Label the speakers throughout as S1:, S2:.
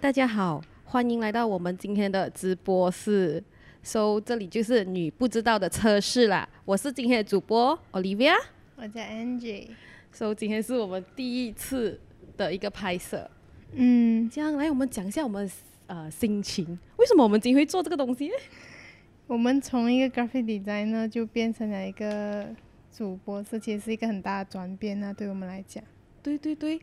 S1: 大家好，欢迎来到我们今天的直播室。So，这里就是你不知道的测试啦。我是今天的主播 Olivia。
S2: 我叫 Angie。
S1: So，今天是我们第一次的一个拍摄。
S2: 嗯，
S1: 这样来，我们讲一下我们呃心情。为什么我们今天会做这个东西？
S2: 我们从一个 graphic designer 就变成了一个主播，这其实是一个很大的转变啊，对我们来讲。
S1: 对对对，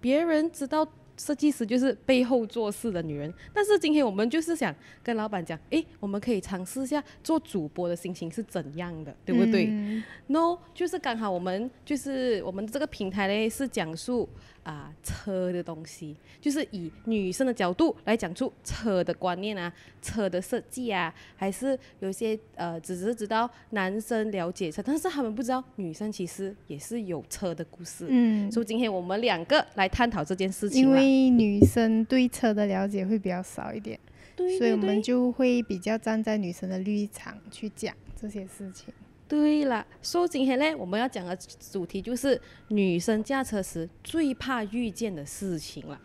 S1: 别人知道设计师就是背后做事的女人，但是今天我们就是想跟老板讲，诶，我们可以尝试一下做主播的心情是怎样的，对不对、
S2: 嗯
S1: n o 就是刚好我们就是我们这个平台嘞是讲述啊、车的东西，就是以女生的角度来讲述车的观念啊，车的设计啊，还是有些呃只是知道男生了解车，但是他们不知道女生其实也是有车的故事。
S2: 嗯，
S1: 所以今天我们两个来探讨这件事情啊
S2: 因
S1: 啦
S2: 为女生对车的了解会比较少一点，
S1: 对
S2: 所以
S1: 对
S2: 我们
S1: 对
S2: 就会比较站在女生的立场去讲这些事情。
S1: 对了，所以今天呢，我们要讲的主题就是女生驾车时最怕遇见的事情了。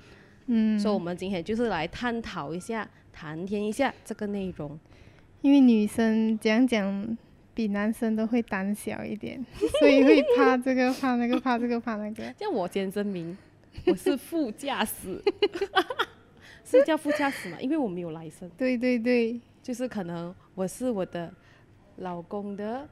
S2: 嗯，
S1: 所以我们今天就是来探讨一下、谈天一下这个内容。
S2: 因为女生讲讲比男生都会胆小一点， 所以会怕这个怕那个怕这个怕那个。
S1: 像我先声 明，我是副驾 驶，是叫副驾驶嘛？因为我没有来生，
S2: 对对对，
S1: 就是可能我是我的老公的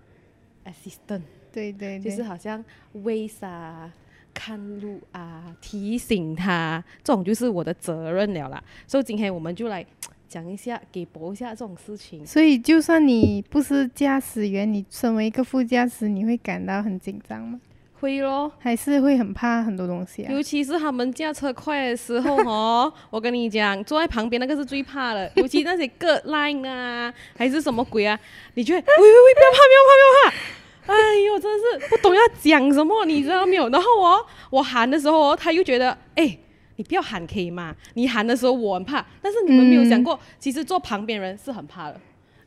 S1: assistant。
S2: 对对对，
S1: 就是好像 ways 啊、看路啊、提醒他，这种就是我的责任了啦。所以今天我们就来讲一下，给博一下这种事情。
S2: 所以，就算你不是驾驶员，你身为一个副驾驶，你会感到很紧张吗？
S1: 会咯，
S2: 还是会很怕很多东西啊？
S1: 尤其是他们驾车快的时 候哦，我跟你讲，坐在旁边那个是最怕的，尤其那些 g i r line 啊，还是什么鬼啊，你觉得喂喂喂，不要怕，不要怕，不要怕。哎呦，真的是不懂要讲什么，你知道没有？然后哦，我喊的时候哦，他又觉得，哎，你不要喊可以吗？你喊的时候我很怕，但是你们没有想
S2: 嗯
S1: 过，其实坐旁边人是很怕的，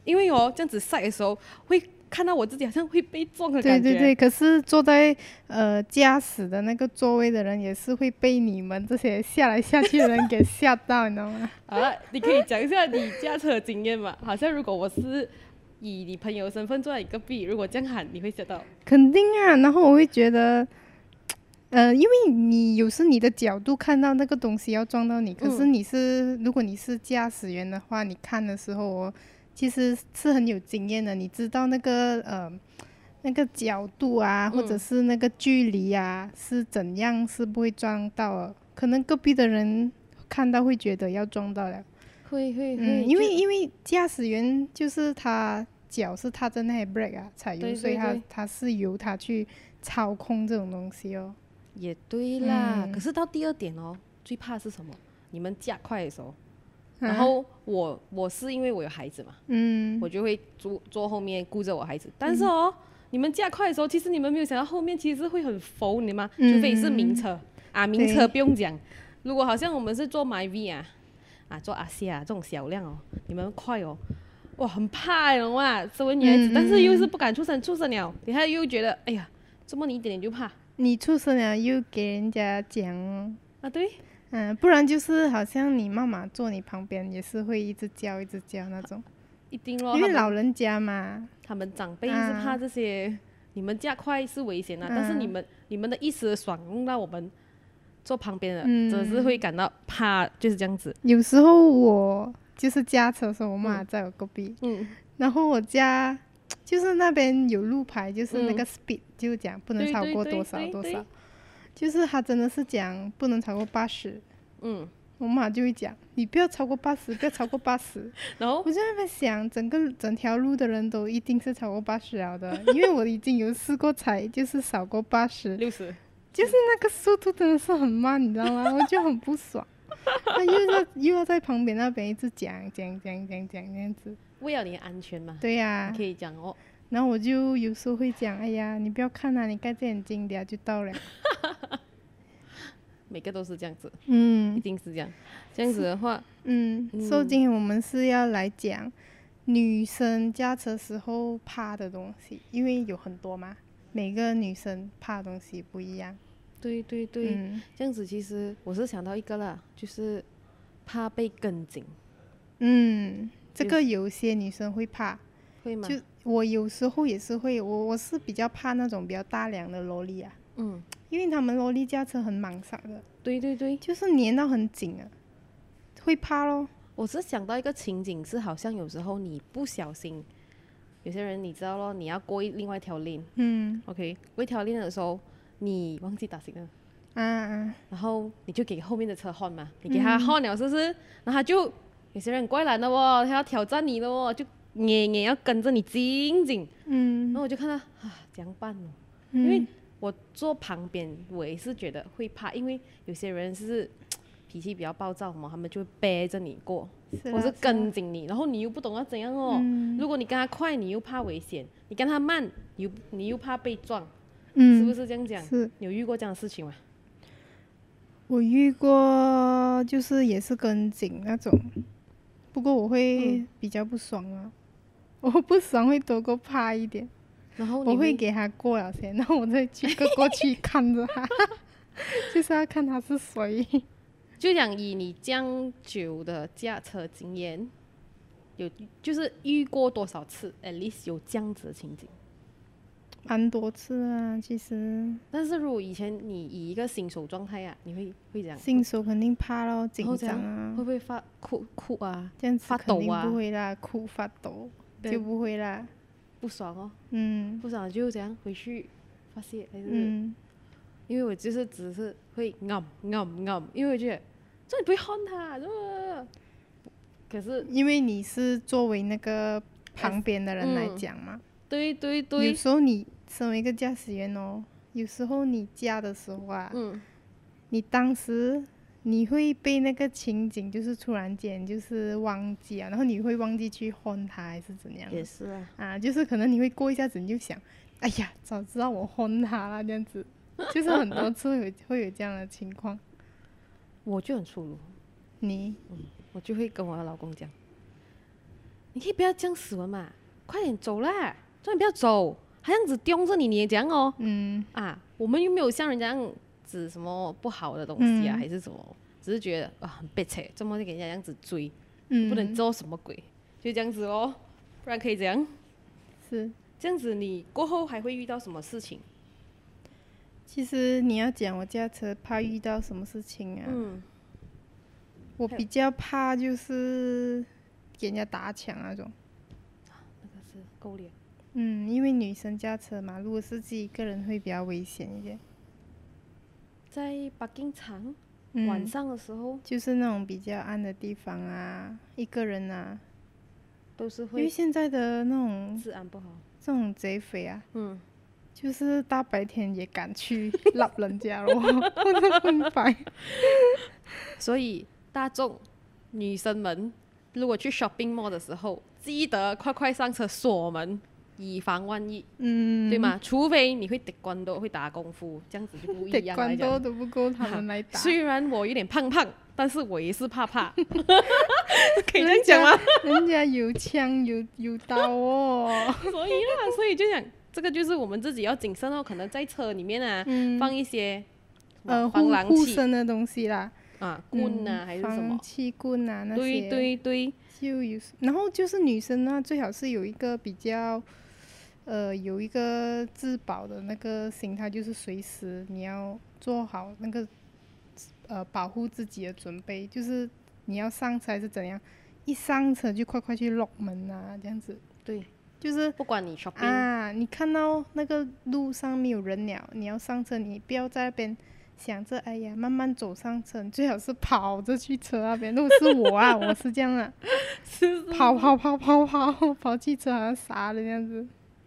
S1: 因为哦，这样子晒的时候会看到我自己好像会被撞的
S2: 对
S1: 感觉。
S2: 对对，可是坐在呃驾驶的那个座位的人，也是会被你们这些下来下去的人给吓到，你知道吗？
S1: 好了，啊你可以讲一下你驾车的经验嘛？好像如果我是以你朋友身份坐在你隔壁，如果这样喊，你会吓到。
S2: 肯定啊。然后我会觉得，呃，因为你有时你的角度看到那个东西要撞到你，可是
S1: 嗯
S2: 你是、如果你是驾驶员的话，你看的时候哦，其实是很有经验的，你知道那个呃。那个角度啊，或者
S1: 嗯
S2: 是那个距离啊，是怎样是不会撞到的？可能隔壁的人看到会觉得要撞到了，
S1: 会会
S2: 嗯，因为因为驾驶员就是他脚是踏在那里 brake 啊踩油，
S1: 对
S2: 所以
S1: 对
S2: 他
S1: 对
S2: 他是由他去操控这种东西哦。
S1: 也对啦。
S2: 嗯
S1: 可是到第二点哦，最怕是什么？你们驾快的时候，
S2: 啊
S1: 然后我我是因为我有孩子嘛，
S2: 嗯
S1: 我就会坐坐后面顾着我孩子。但是哦，你们驾快的时候，其实你们没有想到后面其实是会很浮，你吗？
S2: 嗯
S1: 除非是名车、啊，名车
S2: 对
S1: 不用讲。如果好像我们是坐 My V 啊，啊坐阿西啊这种小辆哦，你们快哦，哇很怕的哇，身为女孩子，
S2: 嗯嗯
S1: 但是又是不敢出声，出声了，你看又觉得哎呀，这么你一点点就怕
S2: 你出生了又给人家讲哦，
S1: 啊？对，
S2: 嗯，不然就是好像你妈妈坐你旁边也是会一直叫一直叫那种，
S1: 一定咯。
S2: 因为
S1: 他们
S2: 老人家嘛，
S1: 他们长辈是怕
S2: 啊
S1: 这些，你们驾快是危险的、啊但是你
S2: 嗯
S1: 们你们的一时的爽，让我们坐旁边的
S2: 嗯
S1: 只是会感到怕，就是这样子。
S2: 有时候我就是驾车的时候，我妈
S1: 嗯
S2: 在我隔壁，
S1: 嗯，
S2: 然后我家就是那边有路牌，就是那
S1: 嗯
S2: 个 speed，、就讲不
S1: 对
S2: 能超
S1: 对
S2: 过
S1: 对
S2: 多少
S1: 对
S2: 多
S1: 对
S2: 少，就是他真的是讲不能超过八十，
S1: 嗯，
S2: 我妈就会讲你不要超过八十，不要超过八十。
S1: 然后
S2: 我就在那边想，整个整条路的人都一定是超过八十了的， 因为我已经有试过踩，就是少过八十，
S1: 六十，
S2: 就是那个速度真的是很慢，你知道吗？我就很不爽。他又在又要在旁边那边一直讲讲讲讲讲这样子，
S1: 为了你的安全嘛，
S2: 对呀、
S1: 你可以讲哦。
S2: 然后我就有时候会讲，哎呀，你不要看啊，你盖着眼睛等下就到了。
S1: 每个都是这样子，一
S2: 嗯
S1: 定是这样。这样子的话，
S2: 嗯，所以今天我们是要来讲女生驾车时候怕的东西，因为有很多嘛，每个女生怕的东西不一样。
S1: 对对对，
S2: 嗯
S1: 这样子其实我是想到一个啦，就是怕被跟紧，
S2: 嗯，这
S1: 就
S2: 个有些女生会怕，
S1: 会吗？
S2: 就我有时候也是会，我我是比较怕那种比较大量的萝莉啊，
S1: 嗯，
S2: 因为他们萝莉驾车很莽杀的，
S1: 对对对，
S2: 就是粘到很紧啊，会怕咯。
S1: 我是想到一个情景，是好像有时候你不小心，有些人你知道咯，你要过一另外一条 lane，OK，、
S2: 嗯
S1: OK，过一条 lane 的时候，你忘记打 s i
S2: 啊啊，
S1: 然后你就给后面的车 horn 嘛，你给他 horn 了是不是？然后他就有些人很怪懒的哦，他要挑战你的哦，就也也要跟着你紧紧。
S2: 嗯，
S1: 然后我就看他啊，怎样办哦？因
S2: 因
S1: 为我坐旁边，我也是觉得会怕，因为有些人是脾气比较暴躁嘛，他们就会背着你过，
S2: 啊是
S1: 我
S2: 啦
S1: 是跟紧你，然后你又不懂要怎样哦。
S2: 嗯
S1: 如果你跟他快，你又怕危险；你跟他慢，你又你又怕被撞，
S2: 嗯，
S1: 是不是这样讲？
S2: 是
S1: 你有遇过这样的事情吗？
S2: 我遇过，就是也是跟紧那种，不过我会
S1: 嗯
S2: 比较不爽啊， 我不爽会多过怕一点，
S1: 然哦后你
S2: 我会给他过了先，然后我再去过过去看 着他，就是要看他是谁。
S1: 就讲以你这样久的驾车经验，有就是遇过多少次？at least 有这样子的情景。
S2: 蛮多次啊，其实
S1: 但是如果以前你以一个新手状态啊，你会会这样，
S2: 新手肯定怕咯，紧
S1: 后这
S2: 张
S1: 样
S2: 啊
S1: 会，不会发哭哭啊？
S2: 这样
S1: 发
S2: 子肯
S1: 抖
S2: 定
S1: 啊
S2: 不会啦，哭发抖
S1: 对
S2: 就不会啦，
S1: 不爽哦，
S2: 嗯
S1: 不爽就这样回去发泄，还是、
S2: 嗯，
S1: 因为我就是只是会暗暗暗，因为我觉得这你不会恨他，这么可是
S2: 因为你是作为那个旁边的人来
S1: 嗯
S2: 讲嘛。
S1: 对对对
S2: 有，时候你身为一个驾驶员哦，有时候你驾的时候啊，
S1: 嗯，
S2: 你当时你会被那个情景，就是突然间就是忘记啊，然后你会忘记去轰他还是怎样的
S1: 是啊，
S2: 啊？就是可能你会过一下子你就想，哎呀，早知道我轰他啦，这样子，就是很多次会有会有这样的情况。
S1: 我就很粗鲁。
S2: 你
S1: 我就会跟我的老公讲：“你可以不要这样死文嘛，快点走啦，叫你不要走，还这样子盯着你，你也讲哦
S2: 嗯
S1: 啊，我们又没有像人家这样子什么不好的东西啊，
S2: 嗯
S1: 还是什么，只是觉得啊很悲催，怎么就给人家这样子追，
S2: 嗯，
S1: 不能做什么鬼，就这样子咯，不然可以怎样？
S2: 是。
S1: 这样子你过后还会遇到什么事情？
S2: 其实你要讲我驾车怕遇到什么事情啊？
S1: 嗯，
S2: 我
S1: 还有
S2: 比较怕就是给人家打抢那种。
S1: 那个是够脸，
S2: 嗯，因为女生驾车嘛，如果是自己一个人会比较危险一点。
S1: 在北京场、
S2: 嗯，
S1: 晚上的时候
S2: 就是那种比较暗的地方啊，一个人啊，
S1: 都是
S2: 因为
S1: 会
S2: 现在的那种
S1: 治安不好。
S2: 这种贼匪啊，
S1: 嗯，
S2: 就是大白天也敢 去拉人家咯，我真的不明白。
S1: 所以大众女生们，如果去 shopping mall 的时候，记得快快上车锁门，以防万一，
S2: 嗯，
S1: 对？吗？除非你会打关斗，会打功夫，这样子就不一
S2: 得
S1: 样来
S2: 关
S1: 讲
S2: 都。都不够他们 来打。
S1: 虽然我有点胖胖，但是我也是怕 怕，可以这
S2: 人
S1: 样讲吗？
S2: 家人家有枪有有 刀哦。
S1: 所以啦，所以就讲这个就是我们自己要谨慎哦，可能在车里面啊、
S2: 嗯，
S1: 放一些什么
S2: 呃
S1: 防
S2: 护
S1: 狼
S2: 护
S1: 器
S2: 身的东西啦，
S1: 啊、棍啊、
S2: 嗯
S1: 还是什么
S2: 防，气棍啊那些。
S1: 对对对，
S2: 就有时，然后就是女生呢，最好是有一个比较，呃，有一个自保的那个心态，就是随时你要做好那个，呃，保护自己的准备，就是你要上车还是怎样，一上车就快快去落门啊，这样子，
S1: 对，
S2: 就是
S1: 不管你 shopping、
S2: 啊，你看到那个路上没有人了，你要上车，你不要在那边想着，哎呀，慢慢走上车，你最好是跑着去车那边。如果是我啊，我是这样啊。
S1: 是是
S2: 跑跑跑跑跑跑汽车好像啥的那样子。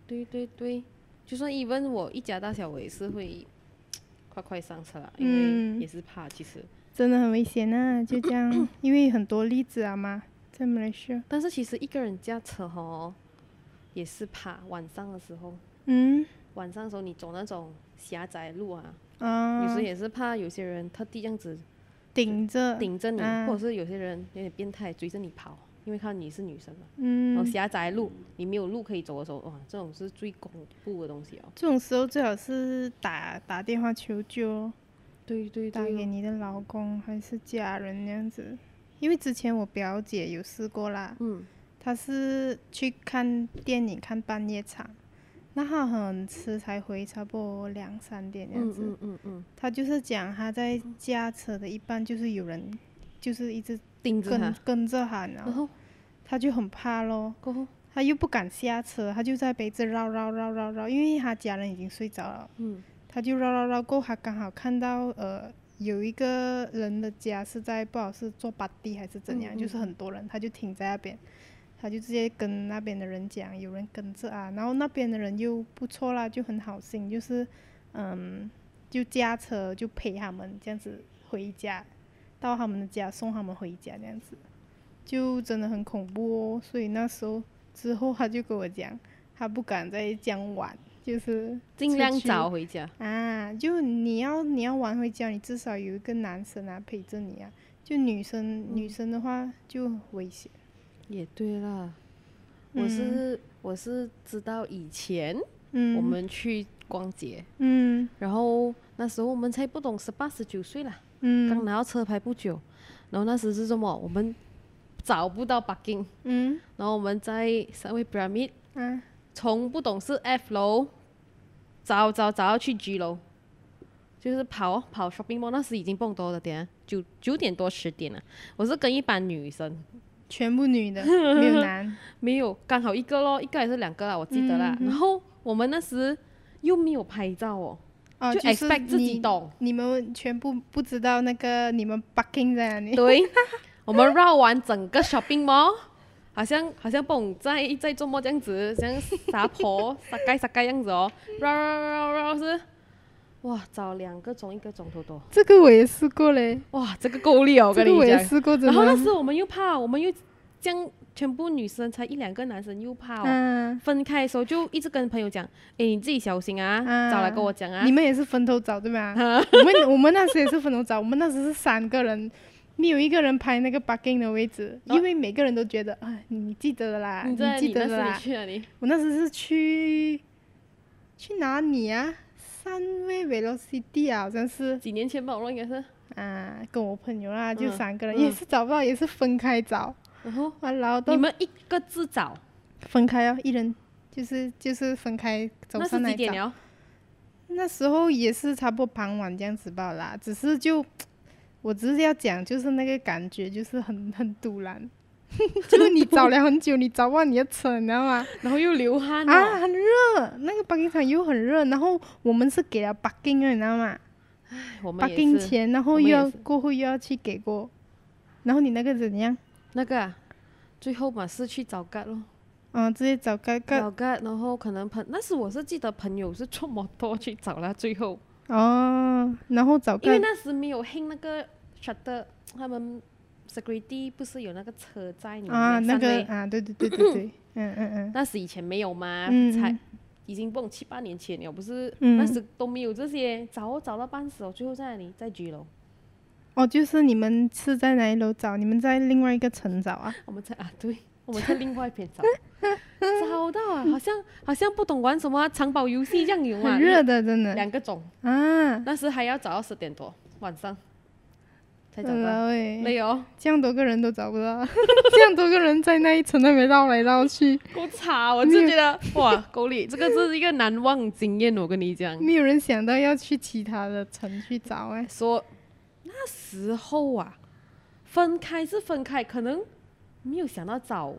S1: 对对对，就算 even 我一家大小，我也是会快快上车啊啦，因为
S2: 嗯
S1: 也是怕。其实，
S2: 真的很危险啊！就这样，因为很多例子啊嘛，在马来西亚，
S1: 但是其实一个人驾车哦，也是怕晚上的时候，
S2: 嗯
S1: 晚上的时候你走那种狭窄路啊，
S2: 啊，
S1: 有时也是怕有些人特地这样子
S2: 顶着，
S1: 顶着你，
S2: 啊
S1: 或者是有些人有点变态追着你跑，因为看到你是女生嘛，然后
S2: 嗯，
S1: 狭窄路你没有路可以走的时候，哇，这种是最恐怖的东西哦。
S2: 这种时候最好是打打电话求救哦，
S1: 对对哦
S2: 打给
S1: 对，啊
S2: 你的老公还是家人那样子。因为之前我表姐有试过啦，
S1: 嗯，
S2: 她是去看电影看半夜场，那她很迟才回，差不多两三点这样
S1: 嗯
S2: 子。
S1: 嗯嗯嗯，
S2: 她就是讲她在驾车的一半，就是有人就是一直
S1: 盯着嗯
S2: 跟
S1: 他，
S2: 跟着喊，然
S1: 然
S2: 后
S1: 后
S2: 她就很怕咯，
S1: 过后，
S2: 她又不敢下车，她就在被子绕绕绕绕绕，因为她家人已经睡着了。
S1: 嗯
S2: 他就绕绕绕过，他刚好看到呃有一个人的家是在不好是做巴蒂还是怎样，
S1: 嗯嗯
S2: 就是很多人，他就停在那边，他就直接跟那边的人讲有人跟着啊，然后那边的人又不错啦，就很好心，就是嗯就驾车就陪他们这样子回家，到他们的家送他们回家这样子，就真的很恐怖哦，所以那时候之后他就跟我讲，他不敢再这样玩，就是
S1: 尽量
S2: 出去
S1: 早回家。
S2: 啊，就你要你要玩回家，你至少有一个男生啊陪着你啊。就女生、女
S1: 嗯
S2: 生的话就很危险。
S1: 也对啦，我是、我是知道以前
S2: 嗯，
S1: 我们去逛街，
S2: 嗯
S1: 然后那时候我们才不懂十八十九岁啦，刚
S2: 嗯
S1: 拿到车牌不久，然后那时是什么？我们找不到 parking，
S2: 嗯
S1: 然后我们在三位 pyramid
S2: 啊
S1: 从不懂事 F 楼找找找到去 G 楼，就是跑哦跑 shopping mall，那时已经蹦多了点，九九点多十点了。我是跟一班女生，
S2: 全部女 的，没有男。
S1: 没有刚好一个咯，一个还是两个啦，我记得啦。然后我们那时又没有拍照哦，
S2: 哦，
S1: 就是 expect 自己
S2: 你
S1: 懂。
S2: 你们全部不知道那个你们 bucking 在哪里。
S1: 对， 我们绕完整个 shopping mall，好像好像蹦在在做梦这样子，像傻 婆傻盖傻盖样子哦，绕绕绕绕绕是，哇，找两个钟一个钟头多，
S2: 这个我也试过嘞，
S1: 哇，这个够力哦，我
S2: 这
S1: 跟
S2: 个我
S1: 你
S2: 也
S1: 讲。
S2: 试过，真
S1: 然后那
S2: 的。
S1: 时我们又怕，我们又这样，全部女生才一两个男生又怕哦。
S2: 啊，
S1: 分开的时候就一直跟朋友讲，哎，你自己小心啊，
S2: 啊
S1: 早来跟我讲啊
S2: 你。们也是分头找对 吧？我们我们那时也是分头找，我们那时是三个人，没有一个人拍那个 bugging 的位置，
S1: 哦
S2: 因为每个人都觉得啊，你你记得的啦，
S1: 你在
S2: 记
S1: 你那
S2: 得的
S1: 时你
S2: 啦。
S1: 去哪里？
S2: 我那时是去去哪里啊？三位 Velocity 啊，好像是
S1: 几年前吧，我忘了应该是。
S2: 啊，跟我朋友啦，就
S1: 嗯
S2: 三个人，
S1: 嗯
S2: 也是找不到，也是分开找，
S1: 然后
S2: 完然后
S1: 你
S2: 都
S1: 们一个字找，
S2: 分开哦，一人就是就是分开走
S1: 那
S2: 上
S1: 是
S2: 来
S1: 几
S2: 找
S1: 点。了？
S2: 那时候也是差不多傍晚这样子吧啦，只是就我只是要讲，就是那个感觉就是很 很突然，就是你找了很久，你找不到你的车，你知 道吗？
S1: 然后又流汗哦了。
S2: 啊，很热，那个 parking 场又很热，然后我们是给了 parking 的，你知道吗
S1: 我们
S2: ？parking
S1: 也是
S2: 钱，然
S1: 我
S2: 后
S1: 们
S2: 又
S1: 也
S2: 要
S1: 是
S2: 过后又要去给过，然后你那个怎样？
S1: 那个、啊，最后嘛是去找 g 咯，
S2: 嗯，直接找哥哥
S1: 找 g 然后可能朋，那时我是记得朋友是这么多去找他，最后
S2: 哦，然后找
S1: 因
S2: 哥
S1: 为那时没有 hang 那个 shutter，他们 security 不是有那个车在你
S2: 啊，
S1: 们
S2: 那
S1: 上
S2: 个
S1: 面
S2: 啊，对对对对对，嗯嗯嗯，
S1: 那时以前没有嘛，啊
S2: 嗯
S1: 才
S2: 嗯
S1: 已经蹦七八年前了，不是、
S2: 嗯
S1: 那时都没有这些，找哦找到半死哦，最后在哪里？在居楼，
S2: 哦，就是你们是在哪一楼找？你们在另外一个层找啊？
S1: 我们在啊对，我们在另外一边找， 找到啊，好像好像不懂玩什么啊藏宝游戏这样有嘛，
S2: 很热的，真的
S1: 两个钟，
S2: 啊！
S1: 那时还要找到十点多晚上才找到，
S2: 然哎，
S1: 累哦，
S2: 这样多个人都找不到， 这样多个人在那一层那边绕来绕去，
S1: 够差，我就觉得哇，够力，这个是一个难忘经验，我跟你讲。
S2: 没有人想到要去其他的层去找哎。
S1: 说那时候啊，分开是分开，可能没有想到找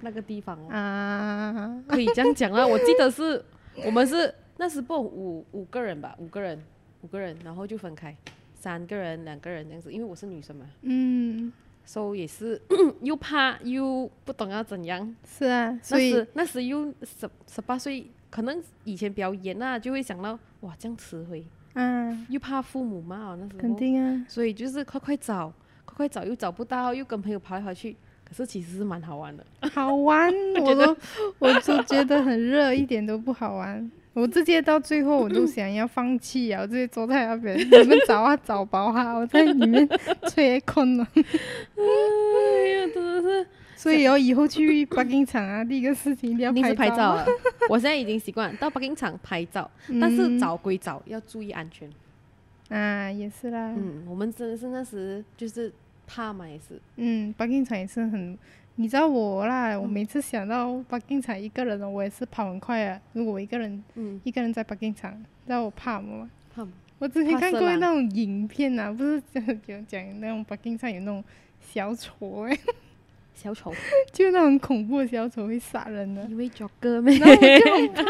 S1: 那个地方哦，
S2: 啊，
S1: 可以这样讲啊。我记得是我们是那时不懂五五个人吧，五个人，五个人，然后就分开，三个人、两个人这样子，因为我是女生嘛，
S2: 嗯，
S1: 所、so, 以也是 又怕又不懂要怎样。
S2: 是啊，所
S1: 那
S2: 以
S1: 时那时又十十八岁，可能以前比较严啊，就会想到哇这样迟回，
S2: 啊，
S1: 又怕父母骂哦，那时候。
S2: 肯定啊，
S1: 所以就是快快找，快快找，又找不到，又跟朋友跑来跑去。可是其实是蛮好玩的，
S2: 好 玩，我都我都觉得很热，一点都不好玩。我直接到最后我都想要放弃啊！我直接坐在那边，你们找啊找饱哈，我在里面吹空了。
S1: 哎呀，真的是
S2: 所以哦，以后去八景场啊，第一个事情一定要
S1: 一定是
S2: 拍
S1: 拍
S2: 照
S1: 照
S2: 啊。
S1: 了。 我现在已经习惯到 parking 场拍照，但是找归找，要注意安全。嗯
S2: 啊，也是啦。
S1: 嗯，我们真的是那时就是怕嘛也是，
S2: 嗯，巴金场也是很，你知道我啦，我每次想到巴金场一个人哦，我也是跑很快啊。如果我一个人
S1: 嗯，
S2: 一个人在巴金场，你知道我怕什么吗？
S1: 怕嘛
S2: 我之前
S1: 怕
S2: 看
S1: 色
S2: 过
S1: 狼
S2: 那种影片啊，不是讲讲讲那种巴金场有那种小丑哎、
S1: 小丑，
S2: 就那种恐怖的小丑会杀人的。
S1: 因为 j o g 咩？
S2: 然后我就很怕，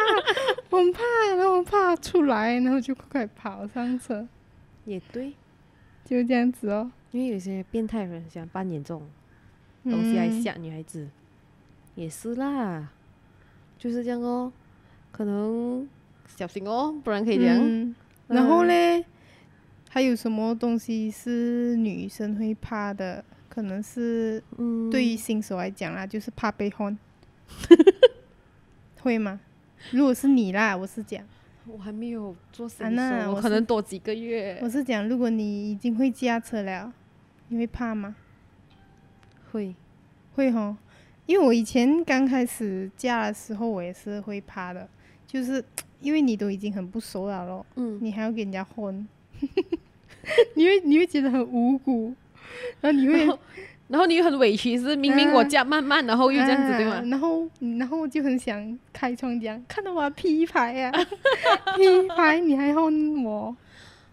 S2: 我很怕，然后我怕出来，然后就快快跑上车，
S1: 也对，
S2: 就这样子哦。
S1: 因为有些变态人喜欢扮演这种东西来
S2: 嗯
S1: 吓女孩子，也是啦，就是这样哦。可能小心哦，不然可以这样。
S2: 嗯然后
S1: 嗯
S2: 嘞，还有什么东西是女生会怕的？可能是
S1: 嗯，
S2: 对于新手来讲啦，啊就是怕被轰， 会吗？如果是你啦，我是讲，
S1: 我还没有做新
S2: 啊那
S1: 手，
S2: 我
S1: 可
S2: 是
S1: 能多几个月
S2: 我是讲，如果你已经会驾车了，你会怕吗？
S1: 会。
S2: 会哦，因为我以前刚开始驾的时候，我也是会怕的，就是因为你都已经很不熟了咯，
S1: 嗯，
S2: 你还要给人家轰， 你会你会觉得很无辜，然后你会
S1: 然后然后你又很委屈，是明明我
S2: 啊
S1: 加慢慢，然 后又这样子，对
S2: 啊
S1: 吗？
S2: 然后然后就很想开窗讲，看到我的 P 牌呀、啊 ，P 牌你还轰我，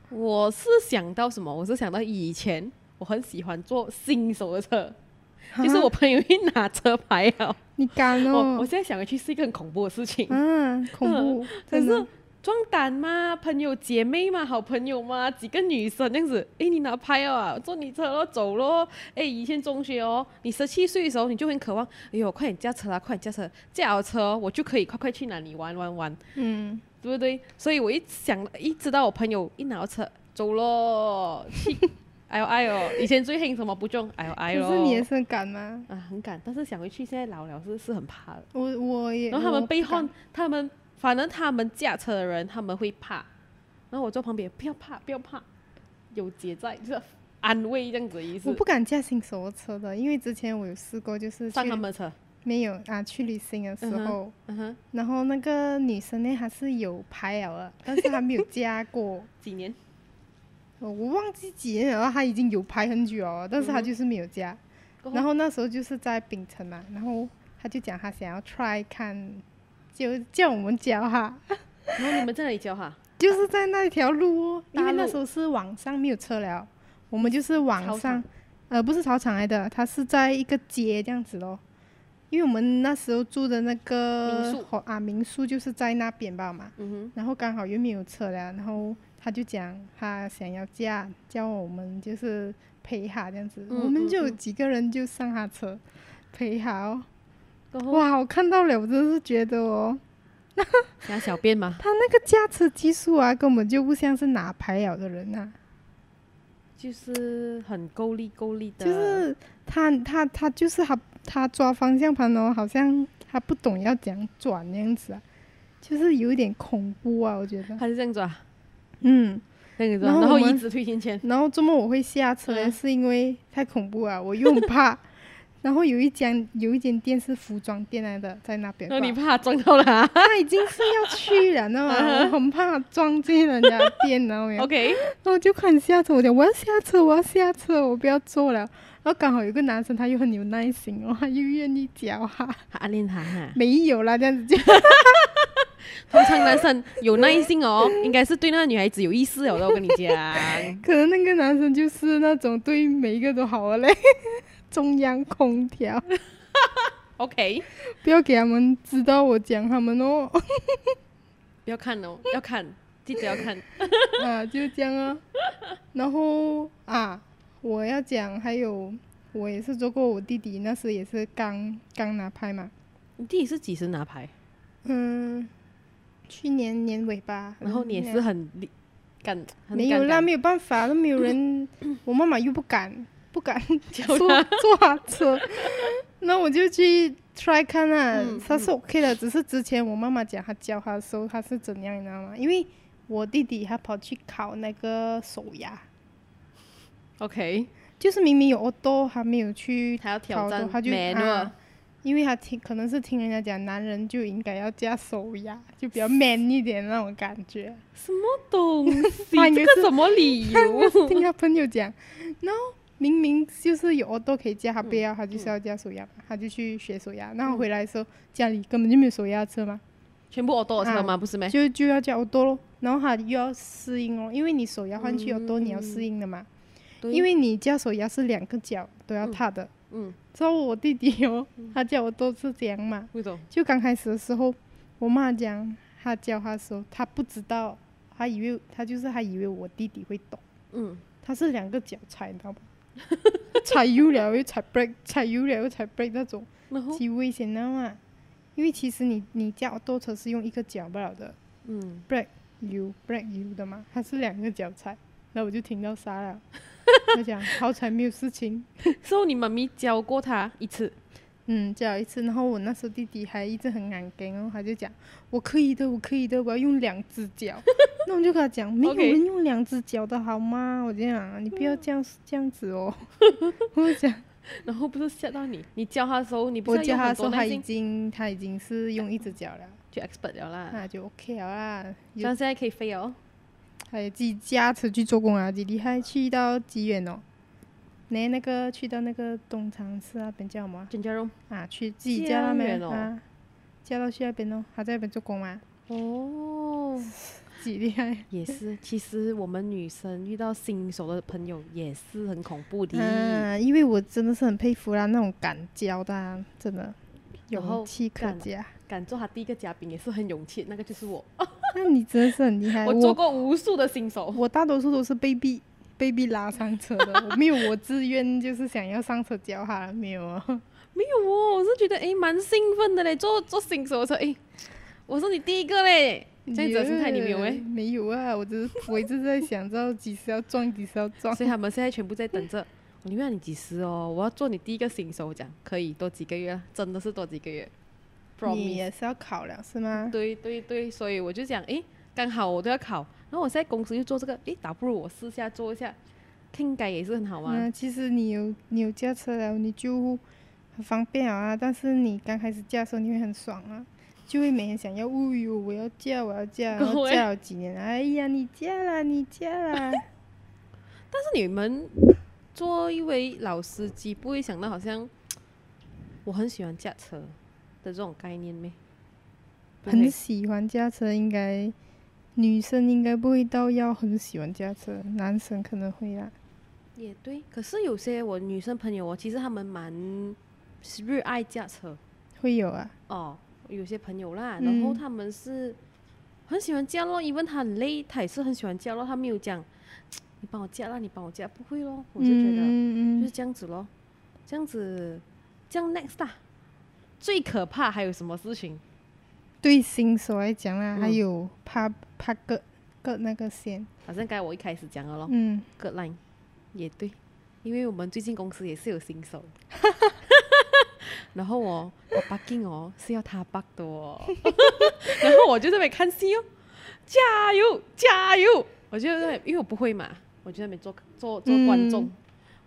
S1: 我是想到什么？我是想到以前我很喜欢坐新手的车，
S2: 啊
S1: 就是我朋友一拿车牌啊，
S2: 你敢
S1: 我我
S2: 哦，
S1: 现在想回去是一个很恐怖的事情。
S2: 啊，恐怖，
S1: 可
S2: 真的
S1: 是壮胆嘛，朋友姐妹嘛，好朋友嘛，几个女生这样子，诶，你拿拍啊，坐你车咯，走咯。诶，以前中学哦，你十七岁的时候，你就很渴望，哎呦，快点驾车啦，快点驾车，驾了车哦我就可以快快去哪里玩玩玩，
S2: 嗯，
S1: 对不对？所以我一想，一知道我朋友一拿到车，走咯，去 哎呦哎呦，以前最恨什么不中，哎呦哎
S2: 可
S1: 呦，
S2: 是你也是敢吗？
S1: 啊，很敢，但是想回去，现在老了是是很怕的。
S2: 我我也，
S1: 然后他
S2: 我
S1: 们被
S2: 不敢
S1: 换，他们反正他们驾车的人他们会怕，然后我坐旁边不要怕不要怕，有姐在就是安慰这样子的意
S2: 我
S1: 思，
S2: 不敢驾新手车的，因为之前我有试过，就是
S1: 上
S2: 去
S1: 他们的车，
S2: 没有啊，去旅行的时
S1: 嗯哼
S2: 候，
S1: 嗯哼，
S2: 然后那个女生呢，她是有牌了的，但是她没有驾过，
S1: 几年
S2: 呃我忘记几年了，然后她已经有牌很久了，但是她
S1: 嗯哼
S2: 就是没有驾。
S1: 过
S2: 然后那时候就是在槟城嘛，然后她就讲她想要 try 看，就叫我们教她，
S1: 然后你们在哪里教啊哈？
S2: 就是在那条路哦，因为
S1: 大
S2: 那
S1: 路
S2: 时候是网上没有车了，我们就是
S1: 操
S2: 网上
S1: 场，
S2: 呃，不是操场来的，它是在一个街这样子咯。因为我们那时候住的那个
S1: 民宿
S2: 好啊，民宿就是在那边吧嘛，
S1: 嗯
S2: 然后刚好又没有车了，然后他就讲他想要驾，叫我们就是陪他这样子，
S1: 嗯
S2: 我们就
S1: 嗯
S2: 有
S1: 嗯
S2: 几个人就上他车陪他哦。
S1: 哼，然后
S2: 哇，我看到了，我真的是觉得哦，
S1: 拿小便嘛，
S2: 他那个驾车技术啊，根本就不像是拿牌了的人呐、啊
S1: 就是很够力够力的，
S2: 就是他他他就是他他抓方向盘哦，好像他不懂要怎样转那样子啊，就是有一点恐怖啊，我觉得。
S1: 他是这样子啊，
S2: 嗯，
S1: 这样子啊，
S2: 然后
S1: 然后
S2: 我们
S1: 一直推前前，
S2: 然后周末我会下车嘞，
S1: 嗯
S2: 是因为太恐怖啊，我又很怕。然后有一家有一间店是服装店来的，在那边
S1: 然后
S2: 挂。
S1: 哦你怕撞到了啊
S2: 他已经是要去了，你知道吗？我很怕撞进人家的店，然后没有。
S1: ，OK，
S2: 然后我就快点下车，我讲我要下车，我要下车，我不要坐了。然后刚好有个男生，他又很有耐心哦，他又愿意教哈，
S1: 他暗恋他哈。
S2: 没有啦，这样子就
S1: 通常男生有耐心哦，应该是对那个女孩子有意思了的，我跟你讲。
S2: 可能那个男生就是那种对每一个都好的嘞， 中央空调，
S1: OK，
S2: 不要给他们知道我讲他们哦，
S1: 不要看哦，要看，记得要看。
S2: 啊，就这样啊。然后啊，我要讲还有，我也是做过我弟弟，那时也是刚刚拿牌嘛，
S1: 你弟弟是几时拿牌？
S2: 嗯，去年年尾吧，
S1: 然后你也是很厉敢，很
S2: 没有
S1: 敢
S2: 啦，
S1: 敢
S2: 没有办法，都没 有人，我妈妈又不敢，不敢坐
S1: 他
S2: 坐她车，那我就去 try 看啊
S1: 嗯，
S2: 她是 OK 的，只是之前我妈妈讲她教她的时候，她是怎样，你知道吗？因为我弟弟他跑去考那个手牙，
S1: OK，
S2: 就是明明有 auto，他没有去
S1: 他要挑
S2: 考
S1: 战
S2: 的，他就
S1: manual
S2: 啊。因为他听可能是听人家讲，男人就应该要加手牙，就比较 man 一点那种感觉。
S1: 什么东西？
S2: 他应该
S1: 这个
S2: 是
S1: 什么理由？
S2: 听他朋友讲，然后明明就是有 auto 可以加，他不要，他就是要加手压嘛，他就去学手压。
S1: 嗯
S2: 然后回来的时候，家里根本就没有手压车嘛，
S1: 全部 auto 车吗？
S2: 啊
S1: 不是没？
S2: 就就要加 auto 咯。然后他又要适应哦，因为你手压换去 auto，、你要适应的嘛。
S1: 嗯对
S2: 因为你加手压是两个脚都要踏的。
S1: 嗯，
S2: 之后我弟弟哦，他叫我都是这样嘛。
S1: 为什么？
S2: 就刚开始的时候，我妈讲她教他的时候，他不知道，他以为他就是他以为我弟弟会懂。
S1: 嗯，
S2: 他是两个脚踩，你知道吗？ 踩油了又踩 brake，踩油了又踩 brake 那种，
S1: 然后
S2: 极危险的嘛。因为其实你你驾多车是用一个脚不了的
S1: 嗯，
S2: brake 油 brake 油的嘛，它是两个脚踩，然后我就听到傻了，我讲好彩没有事情，
S1: 所以你妈咪教过他一次，
S2: 嗯，叫了一次，然后我那时候弟弟还一直很难跟，然后他就讲我可以的，我可以的，我要用两只脚。那我就跟他讲，没有
S1: OK
S2: 人用两只脚的好吗？我就讲你不要这样这样子哦。我讲
S1: 然后不是吓到你？你教他的时候，你不
S2: 我
S1: 是要
S2: 教
S1: 用
S2: 他
S1: 很多
S2: 说他
S1: 耐
S2: 已
S1: 心
S2: 经他已经是用一只脚了，
S1: 就 expert 了啦，
S2: 那就 OK 了啦。
S1: 啊像
S2: 有
S1: 现在可以飞哦。
S2: 他也自己驾车去做工啊，几厉害，去到几远哦？那那个去到那个东长市那边叫什么啊
S1: 陈家荣，
S2: 啊？去自己
S1: 这
S2: 驾那
S1: 样
S2: 边
S1: 远哦
S2: 啊，驾到去那边哦，他在那边做工嘛，
S1: 哦，
S2: 几厉 害。
S1: 也是。其实我们女生遇到新手的朋友也是很恐怖的。
S2: 嗯，因为我真的是很佩服啦，那种敢教的、啊，真的
S1: 然后
S2: 勇气可
S1: 干
S2: 嘉。
S1: 敢做他第一个嘉宾也是很勇气，那个就是我。
S2: 那你真的是很厉害，
S1: 哎我
S2: 我
S1: 做过无数的新手，
S2: 我大多数都是被逼被逼拉上车的，我没有我自愿就是想要上车教他，没有啊。
S1: 没有哦，我是觉得诶蛮兴奋的嘞，做做新手的时候，诶，我是你第一个嘞，这样子的心态你没有
S2: Yeah，
S1: 诶，
S2: 没有啊，我只是我一直在想到几时要撞，几时要撞。
S1: 所以他们现在全部在等着。我你问你几时哦？我要做你第一个新手，我讲可以多几个月啊，真的是多几个月。
S2: 你
S1: promise。
S2: 也是要考了是吗？
S1: 嗯对对对，所以我就讲，诶，刚好我都要考，然后我现在公司就做这个，诶，倒不如我试下做一下，听改也是很好啊玩。
S2: 那其实你有你有驾车了，你就很方便啊。但是你刚开始驾的时候，你会很爽啊，就会每天想要，哦哟，我要驾，我要驾， 然
S1: 各
S2: 后
S1: 位
S2: 驾了几年，哎呀，你驾啦，你驾啦。
S1: 但是你们做一位老司机，不会想到好像我很喜欢驾车的这种概念咩？不
S2: 很
S1: 会
S2: 喜欢驾车，应该女生应该不会到要很喜欢驾车，男生可能会啊啦。
S1: 也对，可是有些我女生朋友哦，其实她们蛮热爱驾车
S2: 会有啊，
S1: 哦，有些朋友啦，
S2: 嗯
S1: 然后她们是很喜欢驾咯，因为她很累，她也是很喜欢驾咯，她没有讲你帮我驾啦，你帮我驾，不会咯，我就觉得。
S2: 嗯
S1: 就
S2: 嗯
S1: 是这样子咯，这样子，这样 next 啦。最可怕还有什么事情？
S2: 对新手来讲啦，还
S1: 嗯
S2: 有怕怕割割那个线，
S1: 好像该我一开始讲的咯，
S2: 嗯，
S1: 割 line 也对，因为我们最近公司也是有新手，然后哦，我 bugging 哦是要他 bug 的哦， 然后我就在那边看戏哦，加油加油！我就在那边，因为我不会嘛，我就在那边做做做观众，
S2: 嗯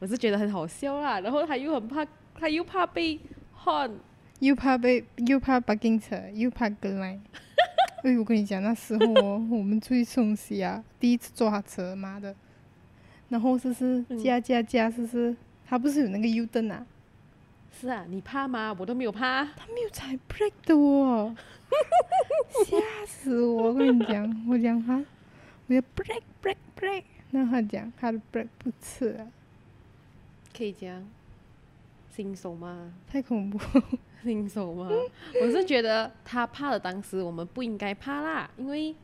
S1: 我是觉得很好笑啦，然后他又很怕，他又怕被 horn，
S2: 又怕被又怕 bugging 车，又怕跟来。 哎，我跟你讲，那时候哦，我们出去送西啊，第一次坐他车，妈的，然后就是
S1: 嗯
S2: 加加加，就是他不是有那个 U 灯啊，
S1: 是啊，你怕吗？我都没有怕。
S2: 他没有踩 brake 的哦，吓死我！我跟你讲，我讲他，我就 brake brake brake，然后他讲他的 brake 不啊吃了，
S1: 可以讲新手吗？
S2: 太恐怖。
S1: 新手 吗？我是觉得他怕的，当时我们不应该怕啦，因为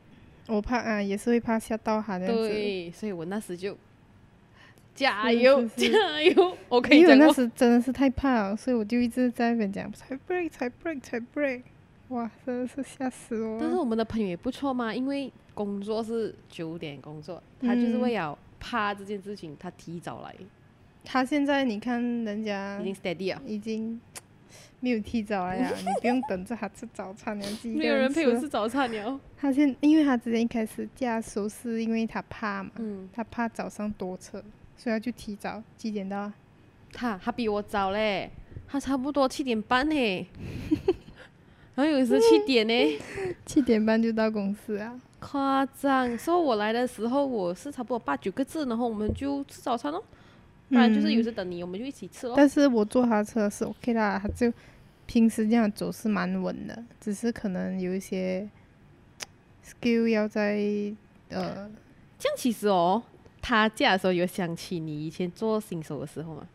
S2: 我怕啊，也是会怕吓到他这样子。
S1: 对，所以我那时就加油
S2: 是是
S1: 加油，我可以
S2: 因为
S1: 讲哦
S2: 我那
S1: 过，
S2: 时真的是太怕了，所以我就一直在那边讲踩 break 踩 break 踩 break，哇，真的是吓死我
S1: 但是
S2: 了。
S1: 我们的朋友也不错嘛，因为工作是九点工作，他就是
S2: 嗯
S1: 为了怕这件事情，他提早来，
S2: 他现在你看人家
S1: 已经 steady 啊，
S2: 已经没有提早来了，你不用等着他吃早餐了，自己一个
S1: 没有人陪我
S2: 吃
S1: 吃早餐了。
S2: 他现，因为他之前一开始驾熟是因为他怕嘛，
S1: 嗯，
S2: 他怕早上多车，所以他就提早几点到啊？
S1: 他他比我早嘞，他差不多七点半 嘞，然后有时七点呢。
S2: 七点半就到公司啊。
S1: 夸张！所以我来的时候，我是差不多八九个字，然后我们就吃早餐咯。不然就是有时等你，我们就一起吃咯。
S2: 嗯但是我坐他车是 OK 啦，他就平时这样走是蛮稳的，只是可能有一些 skill 要在呃，
S1: 这样其实哦，他驾的时候有想起你以前做新手的时候吗？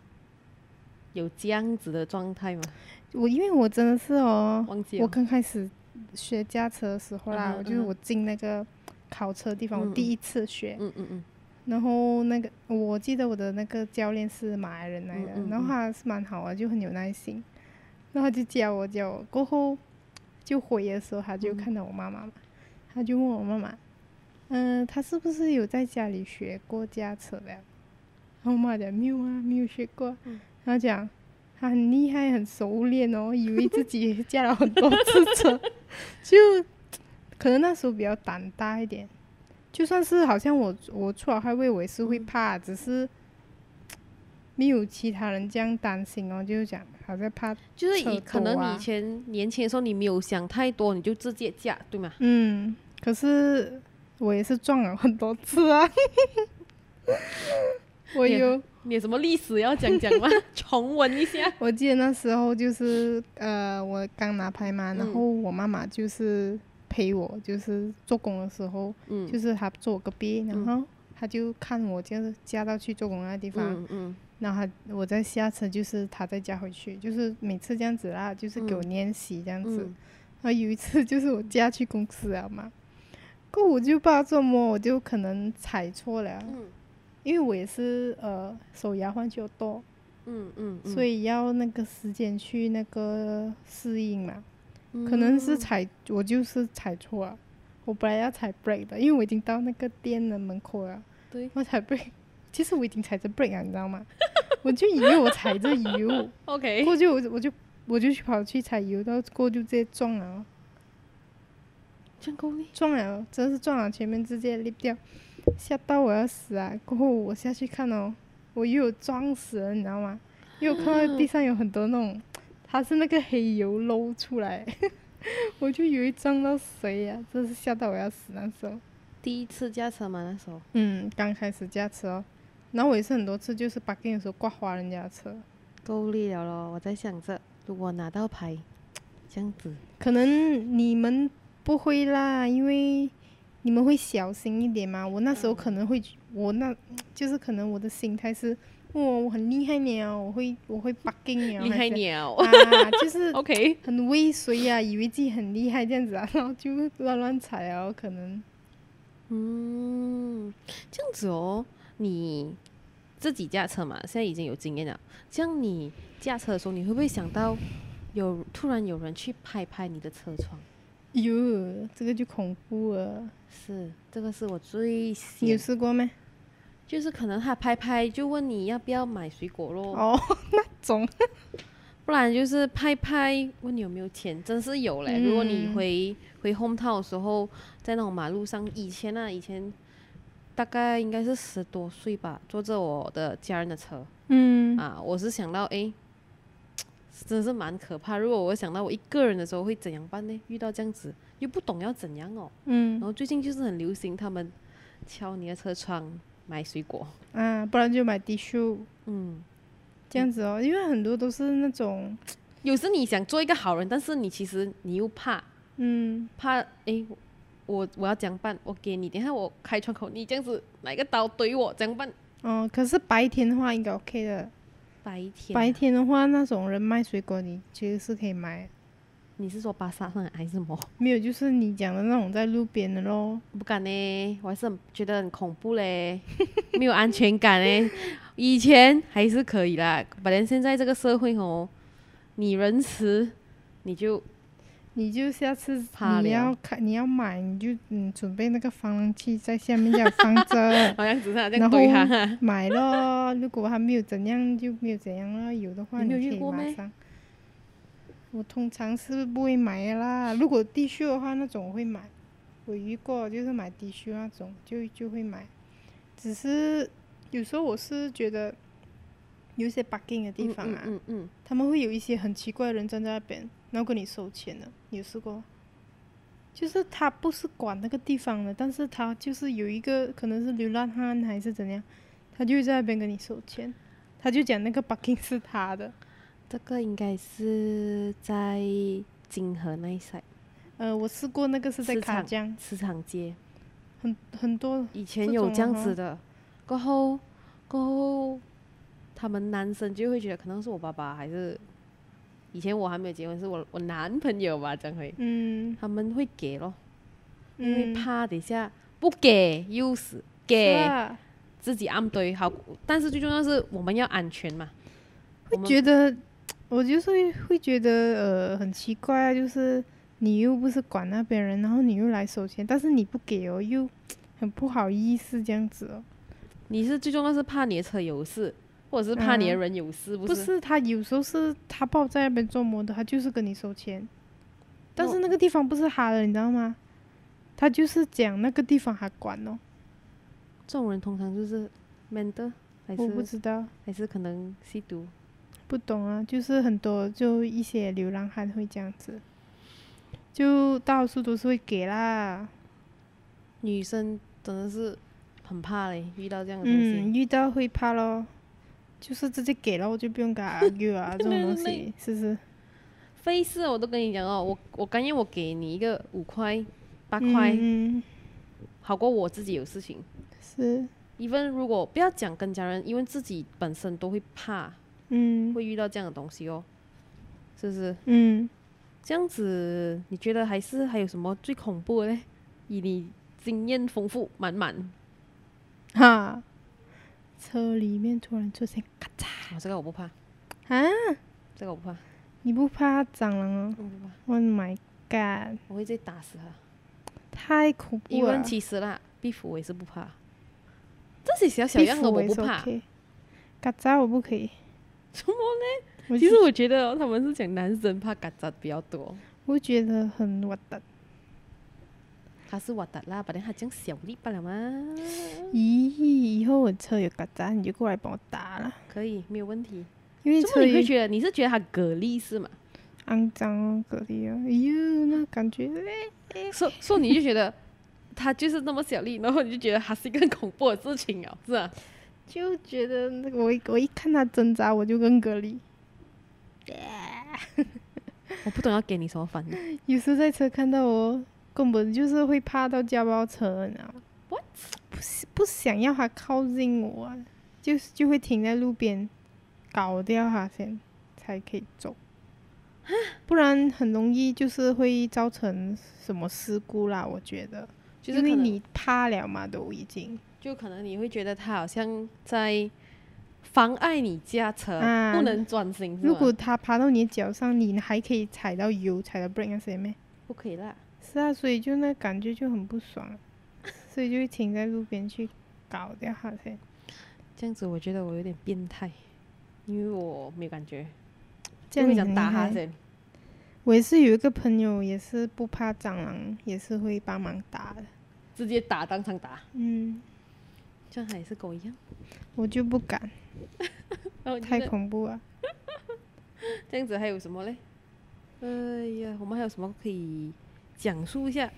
S1: 有这样子的状态吗？
S2: 我因为我真的是哦，
S1: 忘记
S2: 我
S1: 了。
S2: 刚开始学驾车的时候啦，
S1: 嗯哼
S2: 就是
S1: 嗯哼
S2: 我进那个考车地
S1: 嗯
S2: 方，我第一次学，
S1: 嗯嗯嗯，
S2: 然后那个我记得我的那个教练是马来人来的，
S1: 嗯嗯
S2: 然后
S1: 嗯
S2: 他是蛮好啊，就很有耐心，然后他就教我教我，过后就回的时候，他就
S1: 嗯
S2: 看到我妈妈嘛，他就问我妈妈，嗯、他是不是有在家里学过驾车的？然后我妈讲没有啊，没有学过啊，
S1: 嗯
S2: 然后讲他很厉害，很熟练哦，以为自己驾了很多次车， 就可能那时候比较胆大一点。就算是好像我我出了海位，我也是会
S1: 嗯
S2: 怕，只是没有其他人这样担心哦，就是讲好像怕，
S1: 就是
S2: 车
S1: 以可
S2: 多
S1: 能你
S2: 啊
S1: 以前年轻的时候你没有想太多，你就直接驾，对吗？
S2: 嗯，可是我也是撞了很多次啊， 我
S1: 也
S2: 有
S1: 你有什么历史要讲讲 吗？重温一下。
S2: 我记得那时候就是呃，我刚拿牌嘛，然
S1: 嗯
S2: 后我妈妈就是陪我，就是做工的时候，
S1: 嗯，
S2: 就是她坐我隔壁，然
S1: 嗯
S2: 后她就看我就是驾到去做工那地方，
S1: 嗯嗯
S2: 然后她我再下车，就是她再驾回去，就是每次这样子啦，就是给我练习这样子。
S1: 嗯
S2: 然后啊有一次就是我驾去公司了嘛，过后我就不知道怎么，我就可能踩错了，
S1: 嗯
S2: 因为我也是呃手摇换就多。
S1: 嗯嗯，
S2: 所
S1: 以
S2: 以要那个时间去那个适应嘛。
S1: 嗯
S2: 可能是踩，我就是踩错了。我本来要踩 break 的，因为我已经到那个店的门口了。
S1: 嗯对
S2: 我踩 break，其 实我已经踩着 break 了，你知道吗？ 我就以为我踩着 油，
S1: OK
S2: 过。后就我我就我就去跑去踩油，然后过后就直接撞了，哦
S1: 真够力。
S2: 撞了，真的是撞了，前面直接 lift 掉，吓到我要死啊！过后我下去看哦，我又有撞死了，你知道吗？因为我看到地上有很多那种，它是那个黑油漏出来， 我就以为撞到谁呀、真是吓到我要死那时候。
S1: 第一次驾车嘛，那时候
S2: 嗯，刚开始驾车哦，然后我也是很多次就是 parking 的时候刮花人家的车，
S1: 够力了咯。我在想着，如果拿到牌，这样子，
S2: 可能你们不会啦，因为你们会小心一点嘛。我那时候可能会，我那就是可能我的心态是，哇，我很厉害了，我会我会 parking 了，
S1: 厉害
S2: 还是
S1: 鸟。
S2: 啊，就是
S1: OK，
S2: 很畏缩呀、以为自己很厉害这样子啊，然后就乱乱踩啊，可能
S1: 嗯，这样子哦，你自己驾车嘛，现在已经有经验了。这样你驾车的时候，你会不会想到有突然有人去拍拍你的车窗？
S2: 哟，这个就恐怖了。
S1: 是，这个是我最
S2: 你有
S1: 喜，
S2: 试过没？
S1: 就是可能他拍拍就问你要不要买水果咯，
S2: 哦，那种
S1: 不然就是拍拍问你有没有钱，真是有嘞。如果你
S2: 嗯
S1: 回回 home town 的时候，在那种马路上，以前啊，以前大概应该是十多岁吧，坐着我的家人的车
S2: 嗯
S1: 啊，我是想到诶，真是蛮可怕。如果我想到我一个人的时候会怎样办呢？遇到这样子又不懂要怎样哦。然
S2: 嗯
S1: 后最近就是很流行他们敲你的车窗买水果，
S2: 啊，不然就买 T 恤
S1: 嗯，
S2: 这样子哦，因为很多都是那种
S1: 有时你想做一个好人，但是你其实你又怕。
S2: 嗯。
S1: 怕诶，我我要怎样办？我给你，等一下我开窗口，你这样子拿一个刀怼我，怎样办？
S2: 哦，可是白天的话应该 OK 的。
S1: 白天啊、
S2: 白天的话，那种人卖水果，你其实是可以买。
S1: 你是说巴萨上还是什么？
S2: 没有，就是你讲的那种在路边的咯。
S1: 不敢呢，我还是很觉得很恐怖嘞， 没有安全感嘞。以前还是可以啦，反正现在这个社会哦，你仁慈，你就
S2: 你就下次
S1: 怕
S2: 你
S1: 了，
S2: 要看你要买，你就嗯准备那个防狼器在下面这样放着
S1: 好像只是这
S2: 然
S1: 样
S2: 后
S1: 怼他。嗯
S2: 买咯。如果还没有怎样就没有怎样了，有的话
S1: 你没有
S2: 可
S1: 遇
S2: 以
S1: 过
S2: 马
S1: 咩
S2: 上。我通常是不会买的啦，如果 T 恤的话那种我会买，我遇过就是买 T 恤那种就就会买，只是有时候我是觉得有一些 bugging 的地方啊，
S1: 嗯嗯嗯
S2: 他们会有一些很奇怪的人站在那边，然后跟你收钱的，你有试过吗？就是他不是管那个地方的，但是他就是有一个可能是流浪汉还是怎样，他就会在那边跟你收钱。
S1: 嗯
S2: 他就讲那个 parking 是他的。
S1: 这个应该是在金河那一带，
S2: 呃，我试过那个是在
S1: 市
S2: 卡
S1: 场
S2: 江，
S1: 市场街，
S2: 很很多
S1: 以前
S2: 这
S1: 有
S2: 种
S1: 这样
S2: 啊
S1: 子的，过后过后，他们男生就会觉得可能是我爸爸还是以前我还没有结婚，是我我男朋友吧，这样会，
S2: 嗯，
S1: 他们会给咯，因为
S2: 嗯
S1: 怕等一下不给又死，给、
S2: 是啊
S1: 自己按对好，但是最重要是我们要安全嘛，我
S2: 会
S1: 们
S2: 觉得，我就是会会觉得呃很奇怪啊，就是你又不是管那边人，然后你又来收钱，但是你不给哦，又很不好意思这样子哦。
S1: 你是最重要是怕你的车有事，或者是怕你的
S2: 嗯
S1: 人有事，
S2: 不是他有时候是他爸在那边做模特，他就是跟你收钱，但
S1: 那
S2: 是那个地方不是他的，你知道吗？他就是讲那个地方他管哦，
S1: 这种人通常就是 man 的，还
S2: 我不
S1: 是
S2: 知道，
S1: 还是可能吸毒。
S2: 不懂啊，就是很多就一些流浪汉会这样子，就到处都是会给啦，
S1: 女生真的是很怕嘞，遇到这样的东西。
S2: 嗯，遇到会怕咯，就是直接给了我就不用 跟他 argue 啊，这种东
S1: 对对
S2: 西是不是？
S1: 费事我都跟你讲哦，我我甘愿我给你一个五块、八块，
S2: 嗯，
S1: 好过我自己有事情。
S2: 是，
S1: even 如果不要讲跟家人，因为自己本身都会怕，
S2: 嗯
S1: 会遇到这样的东西哦，是不是？
S2: 嗯。
S1: 这样子，你觉得还是还有什么最恐怖的嘞？以你经验丰富满满，哦
S2: 哈，车里面突然出现咔嚓
S1: 哦、这个我不怕，
S2: 啊！
S1: 这个我不怕，
S2: 你不怕蟑螂哦
S1: 我不怕，
S2: ？Oh my god，
S1: 我会直接打死他。
S2: 太恐
S1: 因
S2: 怖
S1: 为
S2: 了！
S1: 其实啦，壁虎我也是不怕，这些小小样的我不怕。
S2: 嘎嚓我不可以，
S1: 什么呢？
S2: 我
S1: 其
S2: 就
S1: 实我觉得哦、他们是讲男生怕嘎扎比较多，
S2: 我觉得很我的。
S1: 他是瓦达啦，反正他讲小力罢了嘛，
S2: 咦，以后我车有嘎嚓，你就过来帮我打了，
S1: 可以没有问题。
S2: 因为
S1: 怎
S2: 车
S1: 么你
S2: 有
S1: 会
S2: 一
S1: 觉得你是觉得他蛤蜊是吗？
S2: 肮脏哦，隔离哦，哎呦，那感觉哎
S1: 所所以你就觉得他就是那么小力，然后你就觉得他是一个很恐怖的事情哦，是吧？
S2: 就觉得那个我一我一看它挣扎，我就跟隔 离。
S1: 我不懂要给你什么反应。
S2: 有时候在车看到我，根本就是会怕到家暴车，你知道吗
S1: What？
S2: 不是不想要他靠近我啊，就是就会停在路边，搞掉他先，才可以走。不然很容易就是会造成什么事故啦，我觉得，
S1: 就是
S2: 因为
S1: 可能
S2: 你怕了嘛，都已经
S1: 就可能你会觉得他好像在妨碍你驾车，
S2: 啊
S1: 不能专心，是吗
S2: 如果他爬到你的脚上，你还可以踩到油，踩到 brake 那些咩？
S1: 不可以啦。
S2: 是啊，所以就那感觉就很不爽，所以就会停在路边去搞掉他先。
S1: 这样子我觉得我有点变态，因为我没有感觉，
S2: 这
S1: 就
S2: 样
S1: 会
S2: 你
S1: 想
S2: 很
S1: 打
S2: 厉
S1: 哈
S2: 害
S1: 欠。
S2: 我也是有一个朋友，也是不怕蟑螂，也是会帮忙打的。
S1: 直接打当场打，
S2: 嗯，
S1: 这样他也是跟我一样。
S2: 我就不敢，
S1: 然后你觉
S2: 太
S1: 得
S2: 恐怖了。
S1: 这样子还有什么嘞？哎呀，我们还有什么可以讲述一下？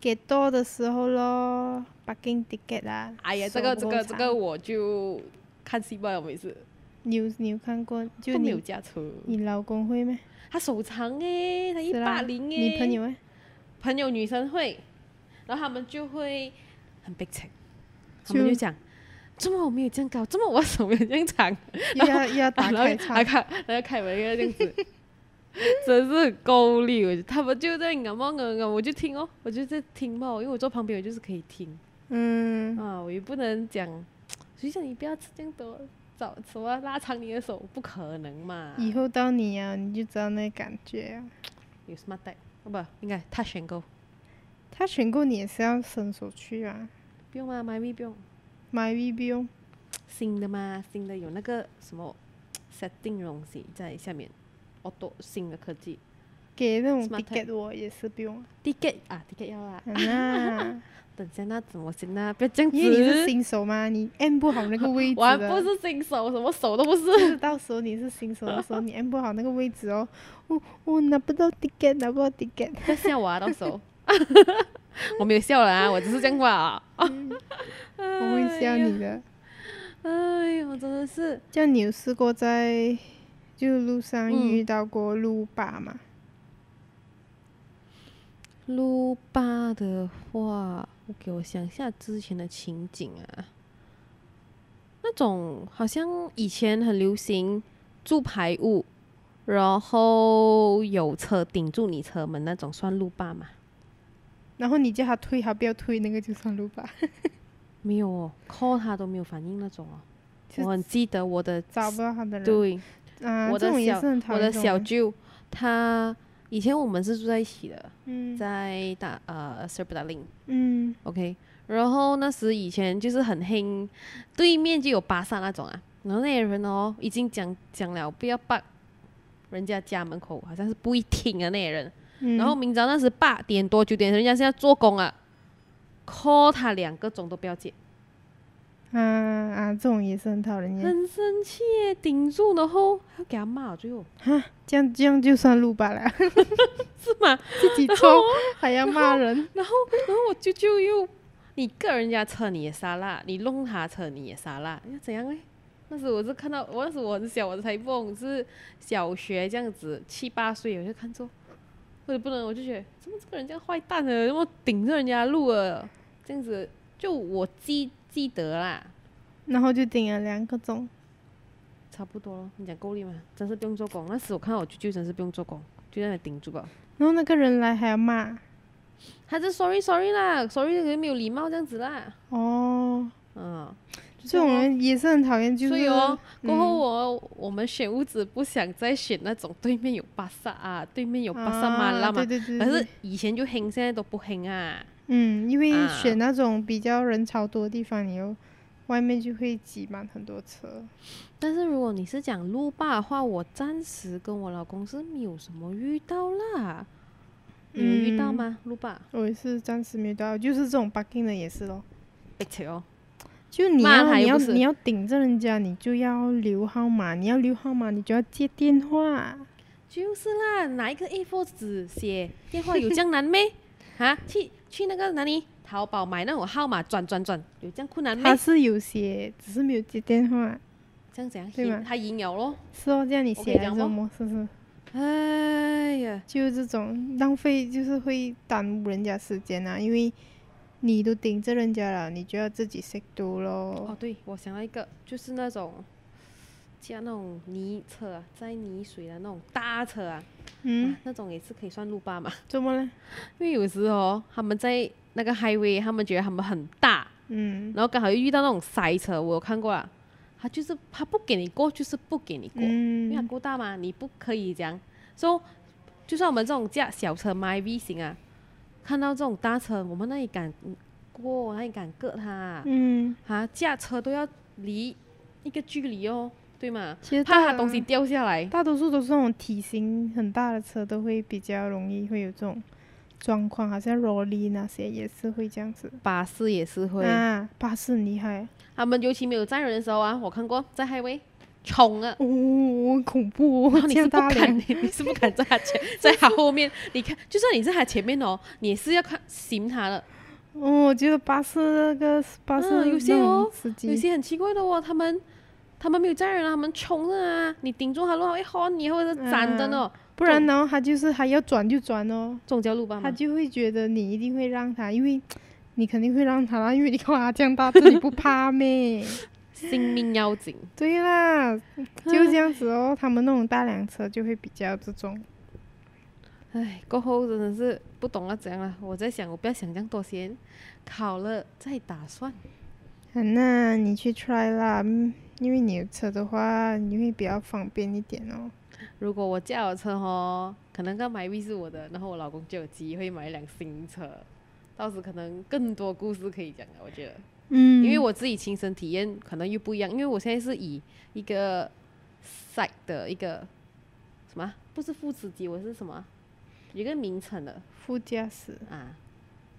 S2: 给多的时候咯，parking ticket 啦。
S1: 哎呀，这
S2: 手
S1: 个这
S2: 工
S1: 个这
S2: 厂
S1: 个，我就看戏吧，我每次
S2: 你有你有看过？就
S1: 都没有
S2: 你
S1: 驾车。
S2: 你老公会咩？
S1: 他手长诶，他一
S2: 是啦
S1: 八零诶。
S2: 你朋友诶？
S1: 朋友女生会，然后他们就会很悲情，他们
S2: 就
S1: 就讲。怎么我没有这样高？怎么我手没有这样长？
S2: 又要又 要打
S1: 然后
S2: 开
S1: 还
S2: 窗，
S1: 开，然后开门这样子， 真是很够力。我觉得他们就在那么那我就听哦，我就在听嘛，因为我坐旁边，我就是可以听
S2: 嗯，
S1: 啊，我也不能讲，谁叫你不要吃这样多，找什么拉长你的手，不可能嘛。
S2: 以后到你啊，你就知道那感觉啊。
S1: 有 smart d 哦不，应该 touch and go，
S2: 他选购你也是要伸手去啊，
S1: 不用啊，m y me 不用，
S2: 买 V B O，
S1: 新的嘛，新的有那个什么 setting 的东西在下面，auto 新的科技
S2: 给那种
S1: Smart
S2: ticket 我也是不用啊。
S1: ，ticket 啊，ticket 要 啦，
S2: 啊，
S1: 等一下那怎么行呢？不要这样子，
S2: 因为你是新手嘛，你按不好那个位置
S1: 我还
S2: 的
S1: 不是新手，什么手都不是。
S2: 就是到时候你是新手的时候，你按不好那个位置哦，我、我、拿不到 ticket，拿不到 ticket。
S1: 不要笑我啊，到时 候。哦
S2: 嗯
S1: 我没有笑了啊，我只是这样话啊。
S2: 我会笑你的。
S1: 哎呦，真的是
S2: 这样你有试过在就路上
S1: 嗯
S2: 遇到过路霸吗？
S1: 路霸的话，我给我想一下之前的情景啊，那种好像以前很流行住排屋，然后有车顶住你车门那种，算路霸吗？
S2: 然后你叫他推，他不要推，那个就算路霸。
S1: 没有哦，call 他都没有反应那种哦。
S2: 就
S1: 我很记得我的
S2: 找不到他的人。
S1: 对，
S2: 啊，
S1: 我
S2: 这
S1: 的
S2: 种也
S1: 小
S2: 是很讨
S1: 我
S2: 厌
S1: 的
S2: 这种
S1: 小
S2: 人
S1: 舅，他以前我们是住在一起的，
S2: 嗯
S1: 在大呃 s e r b d a l i n
S2: 嗯
S1: OK，然后那时以前就是很兴，对面就有巴萨那种啊，然后那些人哦已经讲讲了不要霸人家家门口，好像是不一听啊那些人，
S2: 嗯，
S1: 然后明早那时八点多九点，人家现在做工啊，call 他两个钟都不要接，
S2: 啊啊，这种也是很讨人厌。
S1: 很生气耶，顶住然后还要给他骂，最后
S2: 这样这样就算路霸 了，
S1: 是吗？
S2: 自己抽还要骂 人。
S1: 然后然后我舅舅又，你个人家车你也杀啦，你弄他车你也杀啦，要怎样嘞？那时我是看到，我那时我很小，我才不懂是小学这样子，七八岁我就看错，或者不能，我就觉得怎么这个人这样坏蛋呢？怎么顶着人家路了？这样子就我记记得啦，
S2: 然后就顶了两个钟，
S1: 差不多咯。你讲够力吗？真是不用做工。那时我看到我舅舅真是不用做工，就在那里顶住吧。
S2: 然后那个人来还要骂。
S1: 他就 sorry sorry 啦，sorry 可是没有礼貌这样子啦，
S2: 哦，
S1: 嗯，就
S2: 这
S1: 样
S2: 种
S1: 咯
S2: 人也是很讨厌，就是
S1: 所以哦，过后
S2: 嗯
S1: 我、我们选屋子不想再选那种对面有巴萨啊，对面有巴萨马拉
S2: 啊，
S1: 嘛
S2: 对，对对，
S1: 可是
S2: 对
S1: 以前就兴，现在都不兴啊。
S2: 嗯，因为
S1: 啊
S2: 选那种比较人潮多的地方，你又外面就会挤满很多车。
S1: 但是如果你是讲路霸的话，我暂时跟我老公是没有什么遇到啦。你有遇到
S2: 嗯
S1: 吗？路霸？
S2: 我也是暂时没有遇到，就是这种 bugging 的也是咯。
S1: 而且哦，
S2: 就你
S1: 骂
S2: 要
S1: 他
S2: 你
S1: 又
S2: 要
S1: 不是
S2: 你要顶着人家，你就要留号码，你要留号码，你就要接电话。
S1: 就是啦，拿一个 A4 纸写电话有这样难咩？ 啊，去去那个哪里淘宝买那种号码转转转，有这样困难
S2: 他
S1: 咩？
S2: 是有写，只是没有接电话。
S1: 这样怎样
S2: 对
S1: 赢
S2: 吗
S1: 他赢了咯。
S2: 是哦，这样你
S1: 我可
S2: 写
S1: 以
S2: 来
S1: 讲
S2: 这种
S1: 吗
S2: 模式是，
S1: 哎呀，
S2: 就这种浪费，就是会耽误人家时间啊，因为你都顶着人家了，你就要自己识读
S1: 哦
S2: 咯。，
S1: 对，我想到一个，就是那种加那种泥车啊，载泥水的那种大车啊，
S2: 嗯
S1: 啊，那种也是可以算路霸嘛。
S2: 怎么了？
S1: 因为有时哦，他们在那个 highway，他们觉得他们很大，
S2: 嗯
S1: 然后刚好又遇到那种塞车，我有看过啊，他就是他不给你过，就是不给你过，因为他
S2: 嗯
S1: 够大嘛，你不可以这样。所、so, 以就算我们这种驾小车 my V 型啊，看到这种大车，我们那里敢过，那里敢割他、
S2: 嗯，
S1: 啊，驾车都要离一个距离哦，对吗？
S2: 其实
S1: 怕它
S2: 大
S1: 东西掉下来。
S2: 大多数都是那种体型很大的车，都会比较容易会有这种状况，好像萝莉那些也是会这样子。
S1: 巴士也是会，
S2: 啊，巴士很厉害，
S1: 他们尤其没有载人的时候啊，我看过在海威冲啊，
S2: 哦，很恐怖
S1: 然
S2: 哦，
S1: 后你
S2: 这
S1: 是
S2: 样
S1: 不
S2: 大
S1: 敢，
S2: 脸，
S1: 你你是不敢在他 前，在他后面，你看，就算你在他前面哦，你也是要看行他的。
S2: 哦，我觉得巴士那个巴士
S1: 嗯有些
S2: 那种
S1: 哦
S2: 司
S1: 有
S2: 机，
S1: 些很奇怪的哦，他们他们没有载人啊，他们冲啊，你顶住他路，他一晃啊你或者是闪灯哦，
S2: 不然然后他就是他要转就转哦，
S1: 这种叫路霸吗？
S2: 他就会觉得你一定会让他，因为你肯定会让他啦，因为你看他这样大只，你不怕 咩？
S1: 性命要紧。
S2: 对啦，就这样子哦，他们那种大辆车就会比较这种，
S1: 唉，过后真的是不懂要怎样了。啊我在想，我不要想这样多先，考了再打算。
S2: 嗯，那你去 try 啦，嗯因为你有车的话，你会比较方便一点哦。
S1: 如果我驾了车哦，可能刚买 V 是我的，然后我老公就有机会买一辆新车，到时可能更多故事可以讲了。啊我觉得，
S2: 嗯
S1: 因为我自己亲身体验可能又不一样，因为我现在是以一个 side 的一个什么啊，不是副司机，我是什么啊有一个名称的
S2: 副驾驶，
S1: 啊，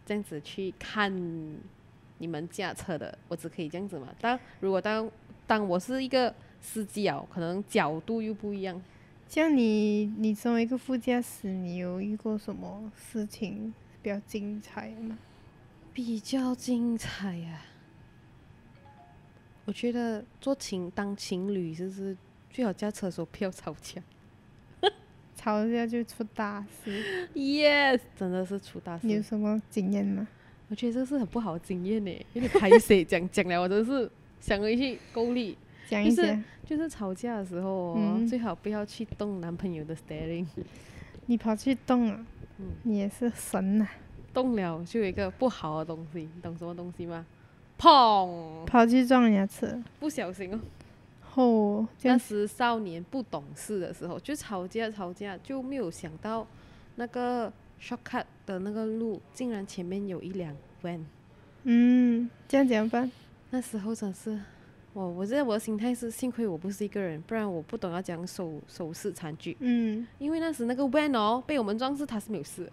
S1: 这样子去看你们驾车的，我只可以这样子嘛。当如果当当我是一个司机啊，可能角度又不一样。
S2: 像你，你身为一个副驾驶，你有遇过什么事情比较精彩的吗？
S1: 比较精彩呀、啊我觉得做情当情侣就是最好驾车的时候不要吵架。
S2: 吵一架就出大事。
S1: Yes，真的是出大
S2: 你有
S1: 事。
S2: 什么经验吗？
S1: 我觉得这是很不好的经验呢，有点拍谁讲讲了，我真的是想回去勾力。
S2: 讲
S1: 就
S2: 一
S1: 是
S2: 些。
S1: 就是吵架的时候、哦
S2: 嗯
S1: 最好不要去动男朋友的 steering，
S2: 你跑去动了，
S1: 嗯
S2: 你也是神呐、啊
S1: 动了就有一个不好的东西，你懂什么东西吗？砰！
S2: 跑去撞人家车。
S1: 不小心哦。
S2: 哦，这
S1: 那
S2: 样
S1: 时少年不懂事的时候，就吵架吵架，就没有想到那个 shortcut 的那个路，竟然前面有一辆 van。
S2: 嗯，这样怎么办？
S1: 那时候真是，我我觉得我的心态是，幸亏我不是一个人，不然我不懂要讲手手势餐具。
S2: 嗯
S1: 因为那时那个 van 哦被我们撞是他是没有事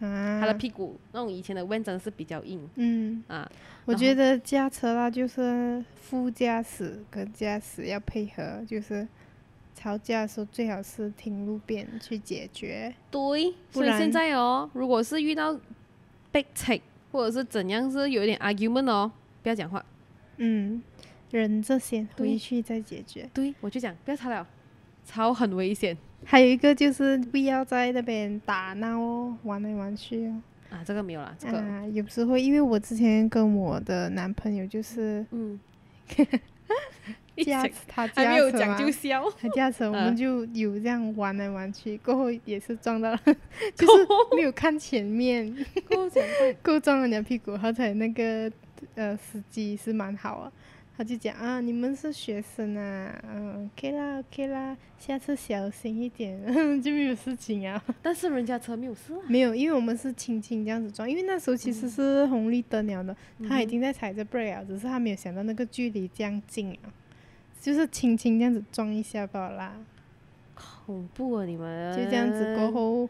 S1: 的，
S2: 啊，
S1: 他的屁股那种以前的 van 真的是比较硬
S2: 嗯，
S1: 啊。
S2: 我
S1: 然
S2: 觉
S1: 后
S2: 得驾车啦，就是副驾驶跟驾驶要配合，就是吵架的时候最好是停路边去解决。
S1: 对，
S2: 不
S1: 所以
S2: 然
S1: 现在哦，如果是遇到 big take 或者是怎样是有一点 argument 哦，不要讲话。
S2: 嗯，忍着先回
S1: 对
S2: 去再解决。
S1: 对，我就讲不要吵了，吵很危险
S2: 还有一个就是不要在那边打闹哦，玩来玩去哦。
S1: 啊。这个没有啦，这个、
S2: 啊，有时候因为我之前跟我的男朋友就是
S1: 嗯， 一
S2: 驾
S1: 讲
S2: 他驾
S1: 还
S2: 车
S1: 没有讲就
S2: 嘛
S1: 笑，
S2: 他驾车，我
S1: 啊
S2: 们就有这样玩来玩去，过后也是撞到了， 就是没有看前面，
S1: 跟我讲 话
S2: 过后撞人家屁股。好彩那个呃司机是蛮好啊，他就讲啊，你们是学生啊，嗯，OK 啦，OK 啦，下次小心一点， 就没有事情啊。
S1: 但是人家车没有事啊。
S2: 没有，因为我们是轻轻这样子撞，因为那时候其实是红绿灯了的，他已经在踩着 brake 了，只是他没有想到那个距离这样近啊，就是轻轻这样子撞一下罢了啦。
S1: 恐怖啊！你们
S2: 就这样子过后，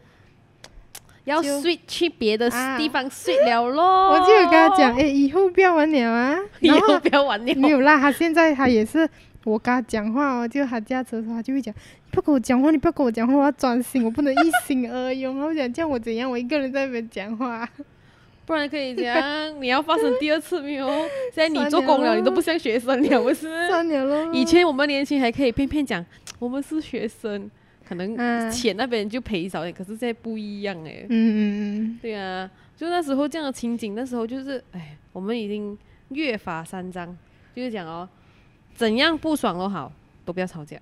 S1: 要
S2: 就
S1: switch 去别的
S2: 啊
S1: 地方 switch 了咯。
S2: 我就有跟他讲，哎、以后不要玩了 啊。
S1: 以
S2: 然
S1: 后
S2: 后
S1: 不要玩了。
S2: 没有啦，他现在他也是，我跟他讲话哦，就他驾车的时候，他就会讲，你不跟我讲话，你不要跟我讲话，我要专心，我不能一心二用。然后我讲，这样我怎样？我一个人在那边讲话，
S1: 不然可以讲，你要发生第二次 没有？现在你
S2: 算
S1: 做工
S2: 了
S1: 了，你都不像学生了，不是？
S2: 算了咯。
S1: 以前我们年轻还可以偏偏讲我们是学生，可
S2: 嗯
S1: 能钱那边就赔少点，可是现在不一样哎、
S2: 嗯，嗯嗯
S1: 对啊，就那时候这样的情景，那时候就是哎，我们已经越法三章，就是讲哦，怎样不爽都好，都不要吵架，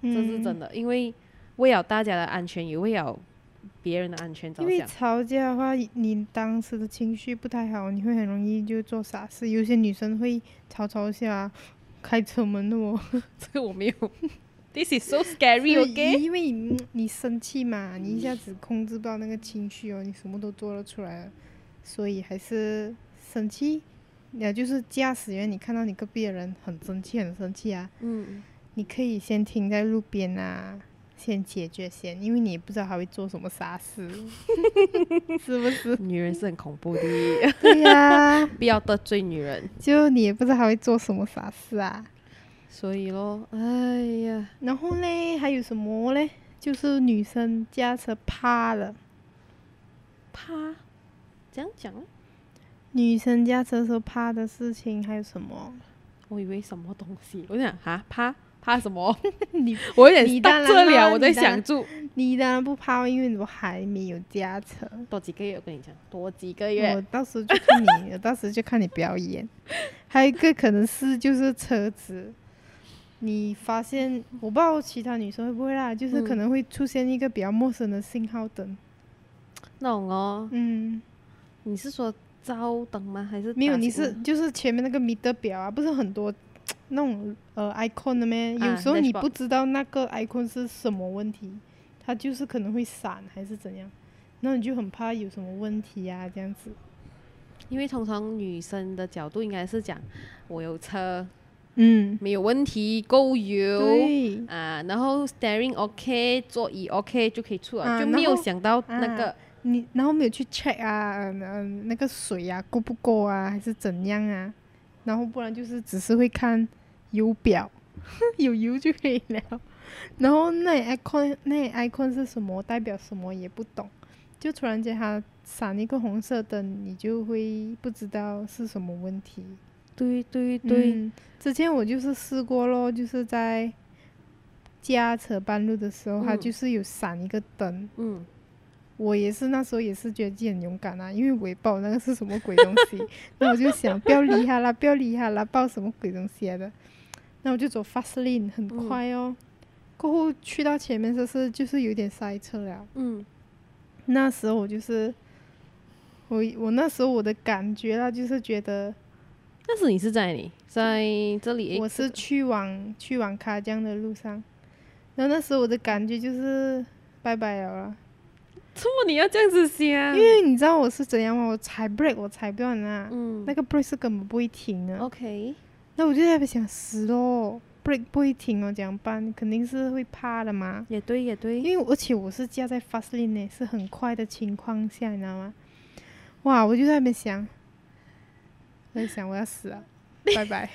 S2: 嗯，
S1: 这是真的，因为为了大家的安全，也为了别人的安全着
S2: 因为
S1: 想。
S2: 吵架的话，你当时的情绪不太好，你会很容易就做傻事。有些女生会吵吵一下开车门的哦，
S1: 这个我没有，This is so
S2: 因
S1: scary,
S2: 为
S1: OK？
S2: 因为你你生气嘛，你一下子控制不到那个情绪哦，你什么都做得出来了，所以还是生气。也就是驾驶员，你看到你隔壁的人很生气，很生气啊，
S1: 嗯，
S2: 你可以先停在路边啊，先解决先，因为你也不知道他会做什么傻事，是 不是？
S1: 女人是很恐 怖的，
S2: 对呀、
S1: 不要得罪女人。
S2: 就你也不知道他会做什么傻事啊。
S1: 所以咯，哎呀，
S2: 然后嘞，还有什么嘞？就是女生驾车趴了，
S1: 怕这样讲啊，
S2: 女生驾车时候趴的事情还有什么？
S1: 我以为什么东西，我想哈怕怕什么？
S2: 你
S1: 我有点
S2: 你
S1: s
S2: 当
S1: t
S2: 然
S1: 这
S2: 啦
S1: 了，我在
S2: 你当然
S1: 想住
S2: 你当然不趴，因为我还没有驾车。
S1: 多几个月，我跟你讲，多几个
S2: 我
S1: 月，
S2: 到时候就看你，我到时候就看你表演。还有一个可能是就是车子，你发现我不知道其他女生会不会啦，就是可
S1: 嗯
S2: 能会出现一个比较陌生的信号灯。
S1: 那种哦，
S2: 嗯，
S1: 你是说招灯吗？还是
S2: 没有，
S1: 打
S2: 你
S1: 醒
S2: 是就是前面那个米德表啊，不是很多那种呃 icon 的咩？
S1: 啊
S2: 有时候你
S1: dashboard
S2: 不知道那个 icon 是什么问题，它就是可能会闪还是怎样，那你就很怕有什么问题啊，这样子。
S1: 因为通常女生的角度应该是讲我有车
S2: 嗯，
S1: 没有问题，够油
S2: 对，
S1: 啊，然后 steering OK，座椅 OK 就可以出了，
S2: 啊
S1: 就没
S2: 然
S1: 有
S2: 后
S1: 想到那
S2: 啊
S1: 个、
S2: 你然后没有去 check 啊，嗯、嗯那个水啊够不够啊，还是怎样啊？然后不然就是只是会看油表， 有油就可以了。然后那 icon 那 icon 是什么，代表什么也不懂，就突然间它闪一个红色灯，你就会不知道是什么问题。
S1: 对对对，
S2: 嗯之前我就是试过咯，就是在驾车半路的时候，它
S1: 嗯
S2: 就是有闪一个灯。
S1: 嗯，
S2: 我也是那时候也是觉得自己很勇敢啊，因为我也不知道那个是什么鬼东西， 那我就想不要理他啦，不要理他啦，啊不知道什么鬼东西来的。那我就走 fast lane，很
S1: 嗯
S2: 快哦。过后去到前面就是就是有点塞车了。
S1: 嗯
S2: 那时候我就是，我我那时候我的感觉啦，就是觉得
S1: 但是你是在你在这里，哎
S2: 我是去往去往卡江的路上，然后那时候我的感觉就是拜拜了啦，
S1: 怎么你要这样子想？
S2: 因为你知道我是怎样吗？我踩 brake 我踩不到啊，
S1: 嗯哦
S2: 那个 brake 是根本不会停的。
S1: OK，
S2: 那我就在那边想死咯，brake 不会停哦，怎样办？肯定是会怕的嘛。
S1: 也对也对，
S2: 因为而且我是驾在 fast lane 呢，是很快的情况下，你知道吗？哇，我就在那边想，我在想我要死啊，拜拜。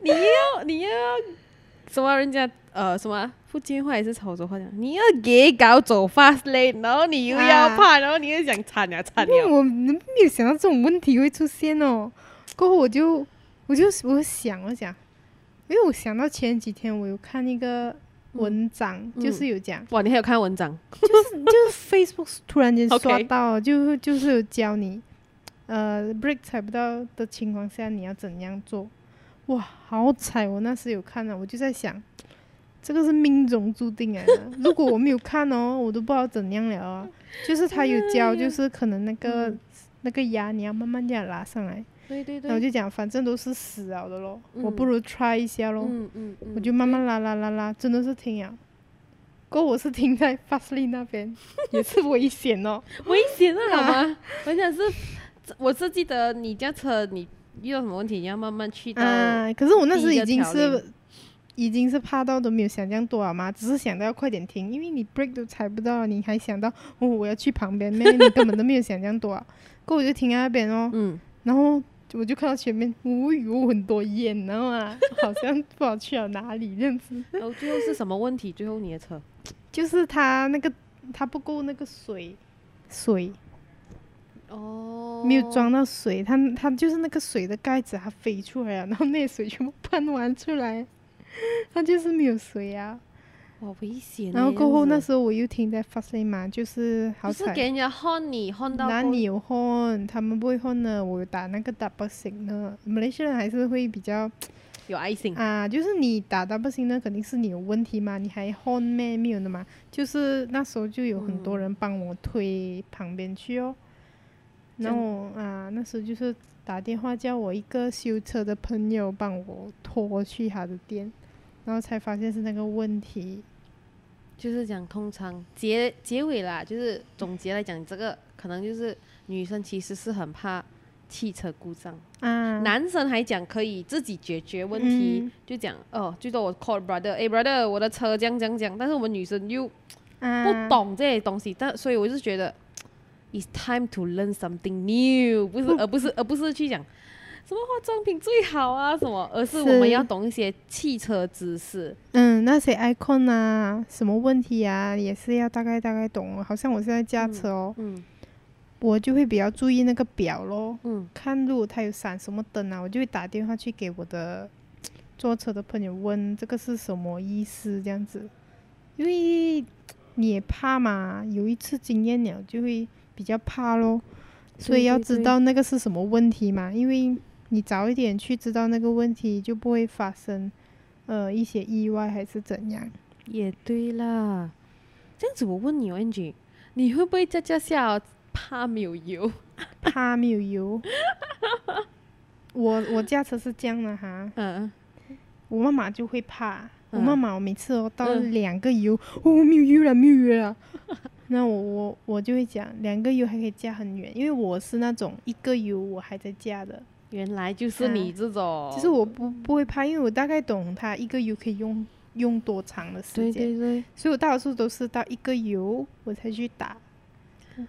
S1: 你要你要什么人家呃什么啊福建话也是潮州话讲，你要给搞走 fast lane，然后你又要
S2: 啊
S1: 怕，然后你又想惨呀惨
S2: 因为
S1: 呀，
S2: 我没有想到这种问题会出现哦。过后我就我就我想我想，因为我想到前几天我有看一个文章，就是有讲，
S1: 哇，你还有看文章？
S2: 就是就是 Facebook 突然间
S1: OK
S2: 刷到，就就是有教你，呃，break 踩不到的情况下你要怎样做。哇，好彩我那时有看啊了、我就在想，这个是命中注定来 的。如果我没有看哦，我都不知道怎样了啊。就是他有
S1: 哎
S2: 教，就是可能那个、
S1: 嗯
S2: 那个牙你要慢慢这样拉上来。
S1: 对对
S2: 然后我，就讲，反正都是死了的咯，我不
S1: 嗯
S2: 如 try 一下咯。
S1: 嗯嗯，嗯
S2: 我就慢慢拉拉拉拉，真的是停了。过我是停在法斯利那 边，也是危险哦。
S1: 危险啊，好吗？我想是，我是记得你驾车，你遇到什么问题，你要慢慢去到。
S2: 啊，可是我那
S1: 第
S2: 时
S1: 一
S2: 已
S1: 个
S2: 经
S1: 条
S2: 是
S1: 令
S2: 已经是怕到都没有想象多了嘛，只是想到要快点停，因为你 break 都踩不到，你还想到哦我要去旁边，妹你根本都没有想象多啊。过我就停在那边哦，
S1: 嗯，
S2: 然后我就看到前面，哦有很多烟，你知道吗？好像不好去了哪里这样子。
S1: 然后最后是什么问题？最后你的车，
S2: 就是它那个它不够那个水，水
S1: 哦
S2: 没有装到水，它它就是那个水的盖子，它飞出来了，啊然后那水全部喷完出来， 它就是没有水啊。
S1: 哇，危险欸。
S2: 然后过后
S1: 这
S2: 那
S1: 样子
S2: 时候我又停在 fast lane 嘛，就是好
S1: 不是给
S2: 彩，
S1: 人家 h o n 你 h o n 到
S2: 哪
S1: 过
S2: 里有 horn，他们不会 horn 的，我有打那个 double signal，马来西亚人还是会比较
S1: 有爱心，
S2: 啊，就是你打 double signal 肯定是你有问题嘛，你还 horn 咩没有的嘛，就是那时候就有很多人帮我推旁边去哦，
S1: 这
S2: 然
S1: 样
S2: 后啊那时候就是打电话叫我一个修车的朋友帮我拖去他的店，然后才发现是那个问题，
S1: 就是讲通常结结尾啦，就是总结来讲，这个可能就是女生其实是很怕汽车故障，
S2: 啊，
S1: 男生还讲可以自己解决问题，
S2: 嗯
S1: 就讲哦，最多我 call brother，哎 brother，我的车这样这样这样，但是我们女生又不
S2: 啊
S1: 懂这些东西，但所以我就觉得 it's time to learn something new，不是而不是而不是去讲什么化妆品最好啊什么，而是我们
S2: 是
S1: 要懂一些汽车知识。
S2: 嗯，那些 icon 啊，什么问题啊，也是要大概大概懂哦。好像我现在驾车哦，
S1: 嗯
S2: 我就会比较注意那个表咯，
S1: 嗯
S2: 看路它有闪什么灯啊，我就会打电话去给我的坐车的朋友问这个是什么意思这样子，因为你也怕嘛，有一次经验了就会比较怕咯，所以
S1: 对
S2: 要
S1: 对
S2: 知
S1: 对
S2: 道那个是什么问题嘛，因为你早一点去知道那个问题，就不会发生呃一些意外还是怎样。
S1: 也对啦。这样子我问你哦，Angie，你会不会在驾下哦怕没有油？
S2: 怕没有油。我我驾车是这样的哈，
S1: 嗯，
S2: 我妈妈就会怕。我
S1: 嗯
S2: 妈妈，我每次哦到
S1: 嗯
S2: 两个油，哦没有油了，没有 油了。那我我我就会讲，两个油还可以驾很远，因为我是那种一个油我还在驾的，
S1: 原来就是你这种，
S2: 啊其实我不不会怕，因为我大概懂它一个油可以用用多长的时
S1: 对对
S2: 间，
S1: 对，
S2: 所以我大多数都是到一个油我才去打。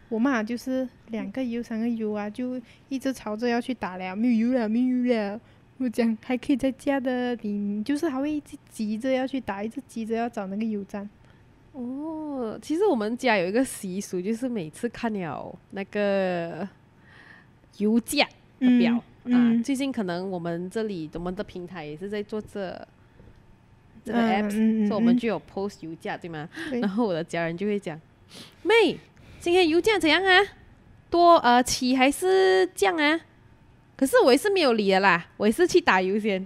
S2: 我妈就是两个油、三个油啊，就一直吵着要去打了，没有油了，没有油了。我讲还可以再加的，你就是还会一直急着要去打，一直急着要找那个油站。
S1: 哦，其实我们家有一个习俗，就是每次看了那个油价的表，啊，
S2: 嗯
S1: 最近可能我们这里我们的平台也是在做这这个
S2: 嗯
S1: app，、s
S2: 嗯嗯
S1: 所以我们
S2: 嗯
S1: 就有 post 油价，对吗？
S2: 对
S1: 然后我的家人就会讲，妹，今天油价怎样啊？多呃起还是降啊？可是我也是没有理的啦，我也是去打油先。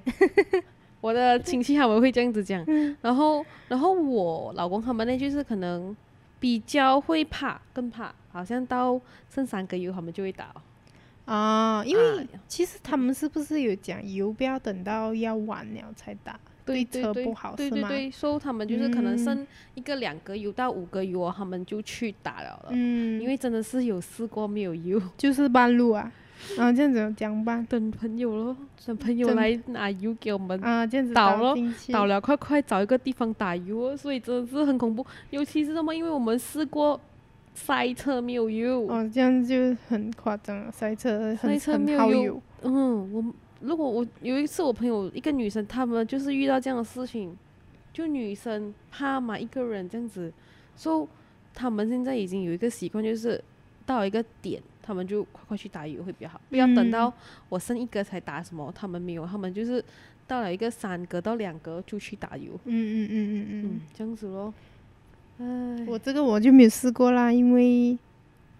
S1: 我的亲戚他们会这样子讲，然后然后我老公他们呢就是可能比较会怕，更怕，好像到剩三个油他们就会打哦、
S2: 啊，因
S1: 啊
S2: 为其实他们是不是有讲油不要等到要晚了才打，
S1: 对对
S2: 车
S1: 对
S2: 不好
S1: 对
S2: 是
S1: 对
S2: 吗？
S1: 对，所以他们就是可能
S2: 嗯
S1: 剩一个两个油到五个油哦，他们就去打了了，
S2: 嗯，
S1: 因为真的是有试过没有油。
S2: 就是半路啊，啊这样子讲办
S1: 等朋友咯，等朋友
S2: 真的
S1: 来拿油给我们。
S2: 啊，这样子
S1: 倒
S2: 倒
S1: 咯
S2: 进去
S1: 倒了，快快找一个地方打油哦，所以真的是很恐怖。尤其是什么，因为我们试过塞车没有油，
S2: 哦，这样就很夸张了，塞车
S1: 塞
S2: 很
S1: 车没
S2: 很
S1: 有
S2: 耗
S1: 油
S2: 油，
S1: 嗯，我如果我有一次我朋友一个女生，她们就是遇到这样的事情，就女生怕嘛一个人这样子，所以他们现在已经有一个习惯，就是到一个点，他们就快快去打油会比较好，不要等
S2: 嗯
S1: 到我剩一个才打什么，他们没有，他们就是到了一个三格到两格就去打油，
S2: 嗯嗯嗯嗯嗯
S1: 嗯，，这样子咯。唉，
S2: 我这个我就没有试过啦，因为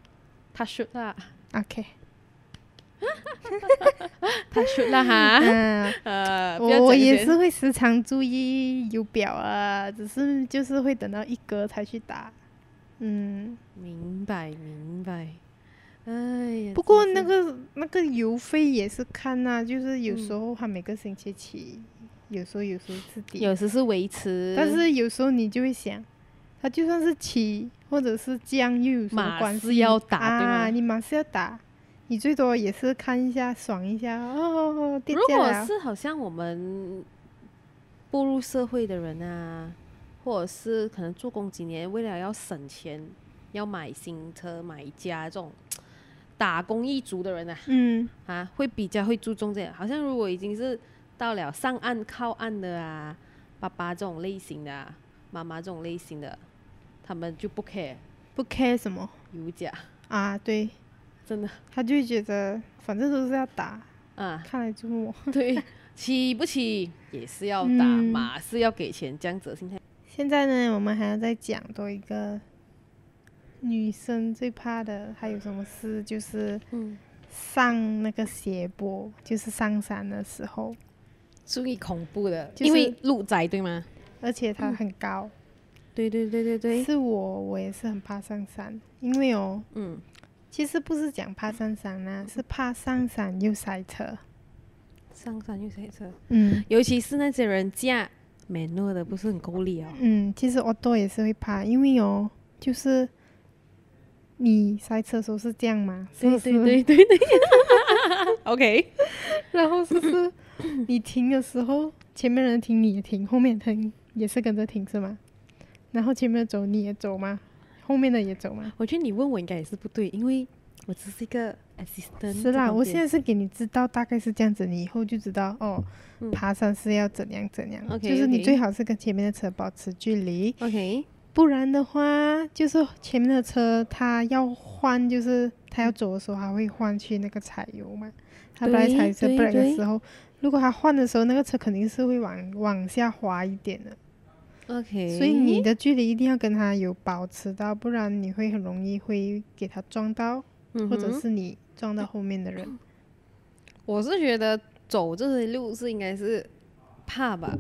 S2: 啊
S1: 他说 啦，
S2: OK，
S1: 他说啦 哈，
S2: 嗯，
S1: 呃，不要
S2: 我我
S1: 讲
S2: 也
S1: 先
S2: 是会时常注意油表啊，只是就是会等到一格才去打，嗯。
S1: 明白明白，哎呀，
S2: 不过
S1: 真
S2: 那
S1: 是
S2: 个那个邮费也是看呐、就是有时
S1: 嗯
S2: 候它每个星期起，有时候有时候是低，
S1: 有时是维持，
S2: 但是有时候你就会想，它就算是起或者是降，又有什么
S1: 马
S2: 关
S1: 是
S2: 系？
S1: 要打对
S2: 啊，
S1: 吗
S2: 你马是要打，你最多也是看一下爽一下哦，跌
S1: 如
S2: 价
S1: 果
S2: 了。
S1: 是好像我们步入社会的人啊，或者是可能做工几年，为了要省钱，要买新车、买家这种打工一族的人啊，
S2: 嗯
S1: 啊，会比较会注重这样。好像如果已经是到了上岸靠岸的啊，爸爸这种类型的、啊，妈妈这种类型的，他们就不 care
S2: 不 care 什么
S1: 油价，
S2: 啊？对，
S1: 真的
S2: 他就会觉得反正都是要打，
S1: 啊，
S2: 看来就我
S1: 对，起不起也是要打，
S2: 嗯
S1: 马是要给钱，这样子的心态。
S2: 现在呢，我们还要再讲多一个女生最怕的，还有什么事？就是
S1: 嗯。
S2: 上那个斜坡，就是上山的时候，
S1: 注意恐怖的，
S2: 就是
S1: 因为路窄对吗？
S2: 而且
S1: 嗯
S2: 它很高。
S1: 对对对对，
S2: 是我，我也是很怕上山，因为哦，
S1: 嗯，
S2: 其实不是讲怕上山啦、是怕上山又塞车。
S1: 上山又塞车，
S2: 嗯
S1: 尤其是那些人驾美诺的不是很够力哦。
S2: 嗯，其实我多也是会怕，因为哦，就是你塞车的时候是这样嘛，是不
S1: 对
S2: 是？
S1: 对对对对 ，OK，
S2: 然后就是你停的时候，前面人停你也停，后面停也是跟着停是吗？然后前面走你也走吗？后面的也走吗？
S1: 我觉得你问我应该也是不对，因为我只是一个 assistant
S2: 是啦，
S1: 旁
S2: 我
S1: 边
S2: 现在是给你知道大概是这样子，你以后就知道哦，
S1: 嗯
S2: 爬山是要怎样怎样
S1: OK，
S2: 就是你
S1: OK
S2: 最好是跟前面的车保持距离，
S1: OK，
S2: 不然的话，就是前面的车它要换，就是它要走的时候，它会换去那个踩油嘛。它本来
S1: 对
S2: 踩车
S1: 对
S2: brake 的
S1: 对
S2: 时候，如果它换的时候，那个车肯定是会往往下滑一点的。
S1: OK，
S2: 所以你的距离一定要跟它有保持到，不然你会很容易会给它撞到，
S1: 嗯哼
S2: 或者是你撞到后面的人。
S1: 我是觉得走这些路是应该是怕吧，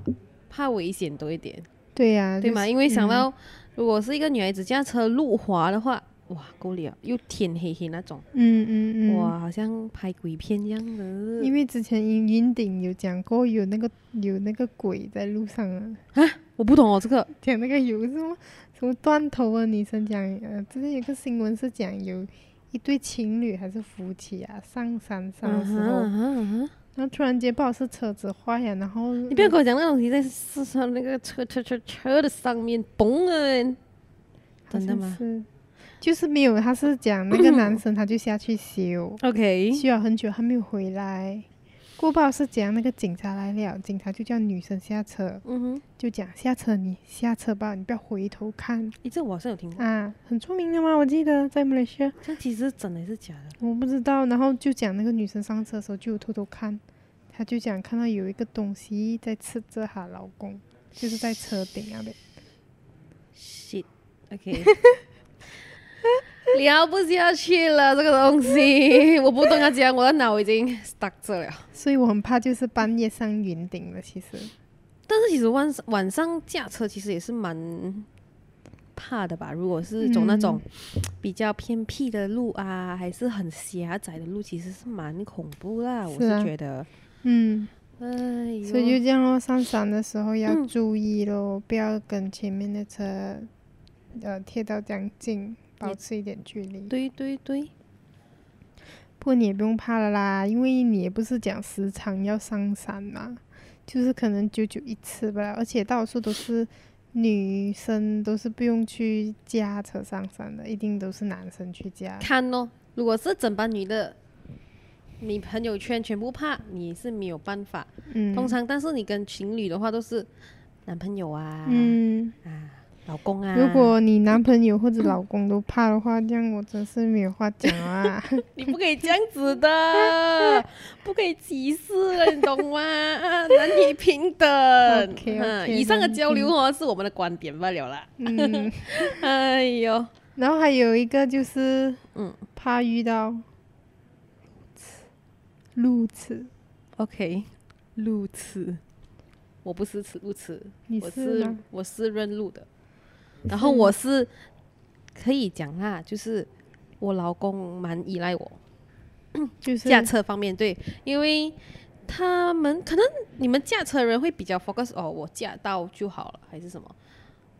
S1: 怕危险多一点。
S2: 对呀、
S1: 对
S2: 就
S1: 吗？
S2: 是嗯
S1: 因为想到、如果是一个女孩子驾车路滑的话，哇，够力啊，又天黑黑那种，
S2: 嗯嗯嗯，
S1: 哇，好像拍鬼片一样的。
S2: 因为之前云云顶有讲过，有那个有那个鬼在路上啊。
S1: 我不懂哦，这个
S2: 讲那个有什么什么断头的啊女生讲，呃，之前有个新闻是讲有一对情侣还是夫妻啊，上山上的时候，
S1: 嗯哼嗯哼嗯哼
S2: 然后突然间不好是车子坏呀、然后
S1: 你不要跟我讲那个东西在车上那个车车车车的上面嘣啊！
S2: 好
S1: 真的
S2: 像
S1: 吗
S2: 是，就是没有，他 是讲那个男生他就下去修，
S1: ？OK，
S2: 修了很久还没有回来，过过不好是讲那个警察来了，警察就叫女生下车，
S1: 嗯哼，
S2: 就讲下车你下车吧，你不要回头看
S1: 诶，这我好像有听过。
S2: 啊，很出名的嘛，我记得在马来西亚，
S1: 这其实是真的还是假的？
S2: 我不知道。然后就讲那个女生上车的时候就有偷偷看，她就讲看到有一个东西在刺着她老公，就是在车顶那边。
S1: shit，OK，、聊不下去了，这个东西我不懂他讲，我的脑已经 stuck 着了。
S2: 所以我很怕就是半夜上云顶了，其实
S1: 但是其实晚上晚上驾车其实也是蛮怕的吧？如果是走那种
S2: 嗯
S1: 比较偏僻的路啊，还是很狭窄的路，其实是蛮恐怖啦。我
S2: 是啊
S1: 是觉得，
S2: 嗯。
S1: 哎呦，
S2: 所以就这样咯，上山的时候要
S1: 嗯
S2: 注意咯，不要跟前面的车，呃，贴到这样近，保持一点距离。
S1: 对对对，
S2: 啊不过你也不用怕了啦，因为你也不是讲时常要上山嘛，就是可能久久一次吧，而且大多数都是女生都是不用去驾车上山的，一定都是男生去驾。
S1: 看咯，如果是整班女的。你朋友圈全部怕，你是没有办法。
S2: 嗯，
S1: 通常，但是你跟情侣的话都是男朋友啊，
S2: 嗯，
S1: 啊，老公啊。
S2: 如果你男朋友或者老公都怕的话，这样我真是没有话讲 啊。
S1: 你不可以这样子的， 不可以歧视了，你懂吗？ 啊男女平等。
S2: OK，OK，
S1: 啊以上的
S2: 男女
S1: 交流
S2: 平
S1: 哦，是我们的观点罢了啦。
S2: 嗯。
S1: 哎呦，
S2: 然后还有一个就是，
S1: 嗯
S2: 怕遇到路痴，
S1: ，OK，路痴，我不是吃路痴，
S2: 你
S1: 我
S2: 是
S1: 是
S2: 吗？
S1: 我是认路的，然后我是可以讲啦，就是我老公蛮依赖我，
S2: 就是
S1: 驾车方面，对，因为他们可能你们驾车的人会比较 focus 哦，我驾到就好了，还是什么？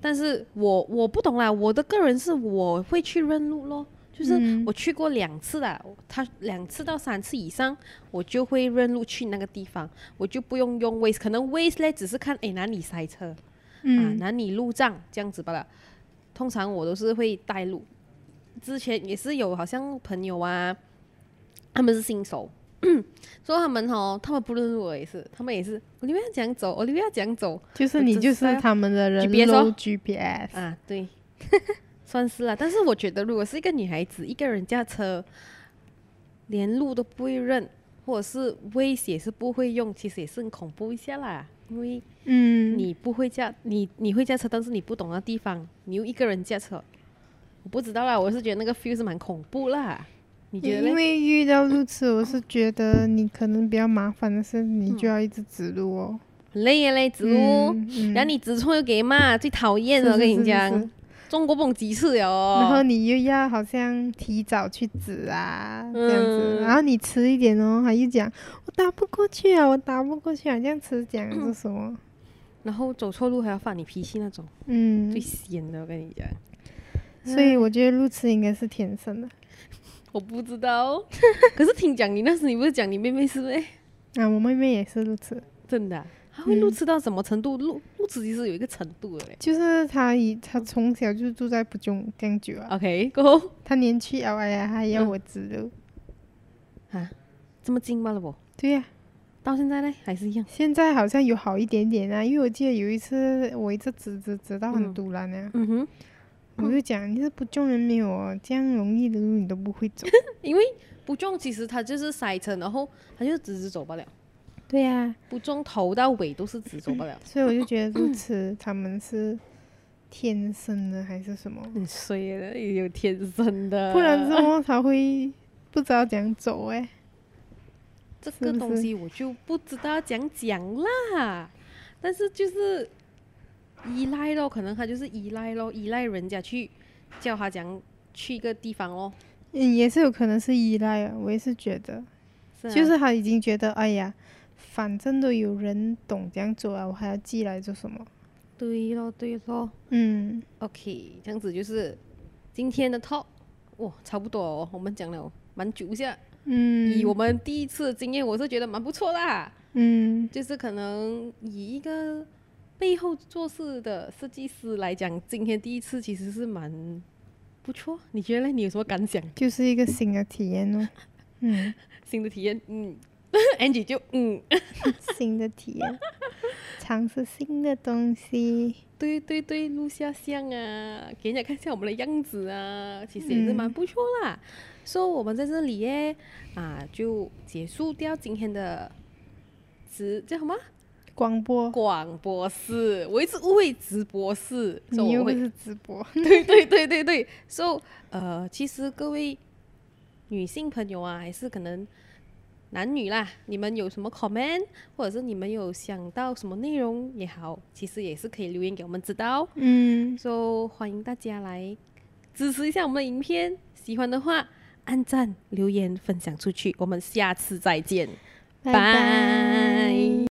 S1: 但是我我不懂啦，我的个人是我会去认路咯，就是
S2: 嗯
S1: 我去过两次啦，他两次到三次以上，我就会认路去那个地方，我就不用用 waste，可能 waste 嘞只是看哎诶哪里塞车，啊，
S2: 嗯，
S1: 哪里路障这样子罢了。通常我都是会带路，之前也是有好像朋友啊，他们是新手， 所以他们哦，他们不认路我也是，他们也是我里面要怎样走，我里面要怎样走
S2: 就是你
S1: 我
S2: 就
S1: 只
S2: 是
S1: 是
S2: 他们的人
S1: GPS
S2: 肉
S1: 哦
S2: GPS，
S1: 啊，对， 算是啦、但是我觉得，如果是一个女孩子一个人驾车，连路都不会认，或者是威胁是不会用，其实也是很恐怖一下啦，因为。
S2: 嗯，
S1: 你不会驾，你你会驾车，但是你不懂那地方，你又一个人驾车，我不知道啦，我是觉得那个 feel 是蛮恐怖啦，你觉得
S2: 因
S1: 嘞？
S2: 为遇到路痴，我是觉得你可能比较麻烦的是，你就要一直指路哦，
S1: 很累耶嘞，嗯指路，
S2: 嗯，嗯
S1: 然后你指错又给骂，最讨厌
S2: 是
S1: 了，我跟
S2: 是
S1: 你
S2: 是
S1: 讲，
S2: 是
S1: 中国蹦几次了哦。
S2: 然后你又要好像提早去指啊，这样子，
S1: 嗯
S2: 然后你迟一点哦，还又讲我打不过去啊，我打不过去啊，这样迟讲是什么？
S1: 然后走错路还要发你脾气那种，
S2: 嗯
S1: 最，闲的，我跟你讲，
S2: 所以我觉得路痴应该是天生的。
S1: 我不知道， 可是听讲你那时你不是讲你妹妹是呗？
S2: 啊，我妹妹也是路痴，
S1: 真的啊、她
S2: 嗯
S1: 会路痴到什么程度？路路痴其实有一个程度的嘞。
S2: 就是她以她从小就住在不中这样久啊，
S1: OK，过后
S2: 她连去 L I 啊还要我指路。
S1: 啊，这么近罢了我。
S2: 对呀、
S1: 到现在呢还是一样。
S2: 现在好像有好一点点啊，因为我记得有一次我一直指指指到很
S1: 嗯
S2: 堵然啊，
S1: 嗯哼，
S2: 我就讲你是不中人没有哦，这样容易的路你都不会走。
S1: 因为不中，其实它就是塞车，然后它就直直走不了，
S2: 对呀、
S1: 不中头到尾都是直走不 了，
S2: 所以我就觉得路痴他们是天生的还是什么？
S1: 很衰的，也有天生的。
S2: 不然怎么他会不知道怎样走哎、
S1: 这
S2: 是
S1: 个
S2: 不
S1: 东西我就不知道讲讲啦，但是就是依赖咯，可能他就是依赖咯，依赖人家去叫他讲去一个地方咯，
S2: 嗯，也是有可能是依赖啊，我也是觉得，
S1: 是啊
S2: 就是他已经觉得，哎呀，反正都有人懂这样做啊，我还要记来做什么？
S1: 对咯对咯。
S2: 嗯
S1: OK，这样子就是今天的 talk，哇，差不多哦，我们讲了蛮久一下。以我
S2: 嗯
S1: 们第一次的经验，我是觉得蛮不错啦。
S2: 嗯，
S1: 就是可能以一个背后做事的设计师来讲，今天第一次其实是蛮不错。你觉得嘞？你有什么感想？
S2: 就是一个新的体验哦。嗯，
S1: 新的体验？嗯， Angie 就嗯，
S2: 新的体验，尝试新的东西。
S1: 对对对，录下相啊，给人家看一下我们的样子啊，其实也是蛮
S2: 嗯
S1: 不错啦。所、以我们在这里耶，啊，就结束掉今天的直叫什么
S2: 广播，
S1: 广播室，我一直误会直播室，所
S2: 你
S1: 以
S2: 又
S1: 我
S2: 不
S1: 会
S2: 是直播，
S1: 对对对对对，so 呃，其实各位女性朋友啊，还是可能男女啦，你们有什么 comment，或者是你们有想到什么内容也好，其实也是可以留言给我们知道。
S2: 嗯，
S1: so 欢迎大家来支持一下我们的影片，喜欢的话按赞、留言、分享出去，我们下次再见，
S2: 拜拜。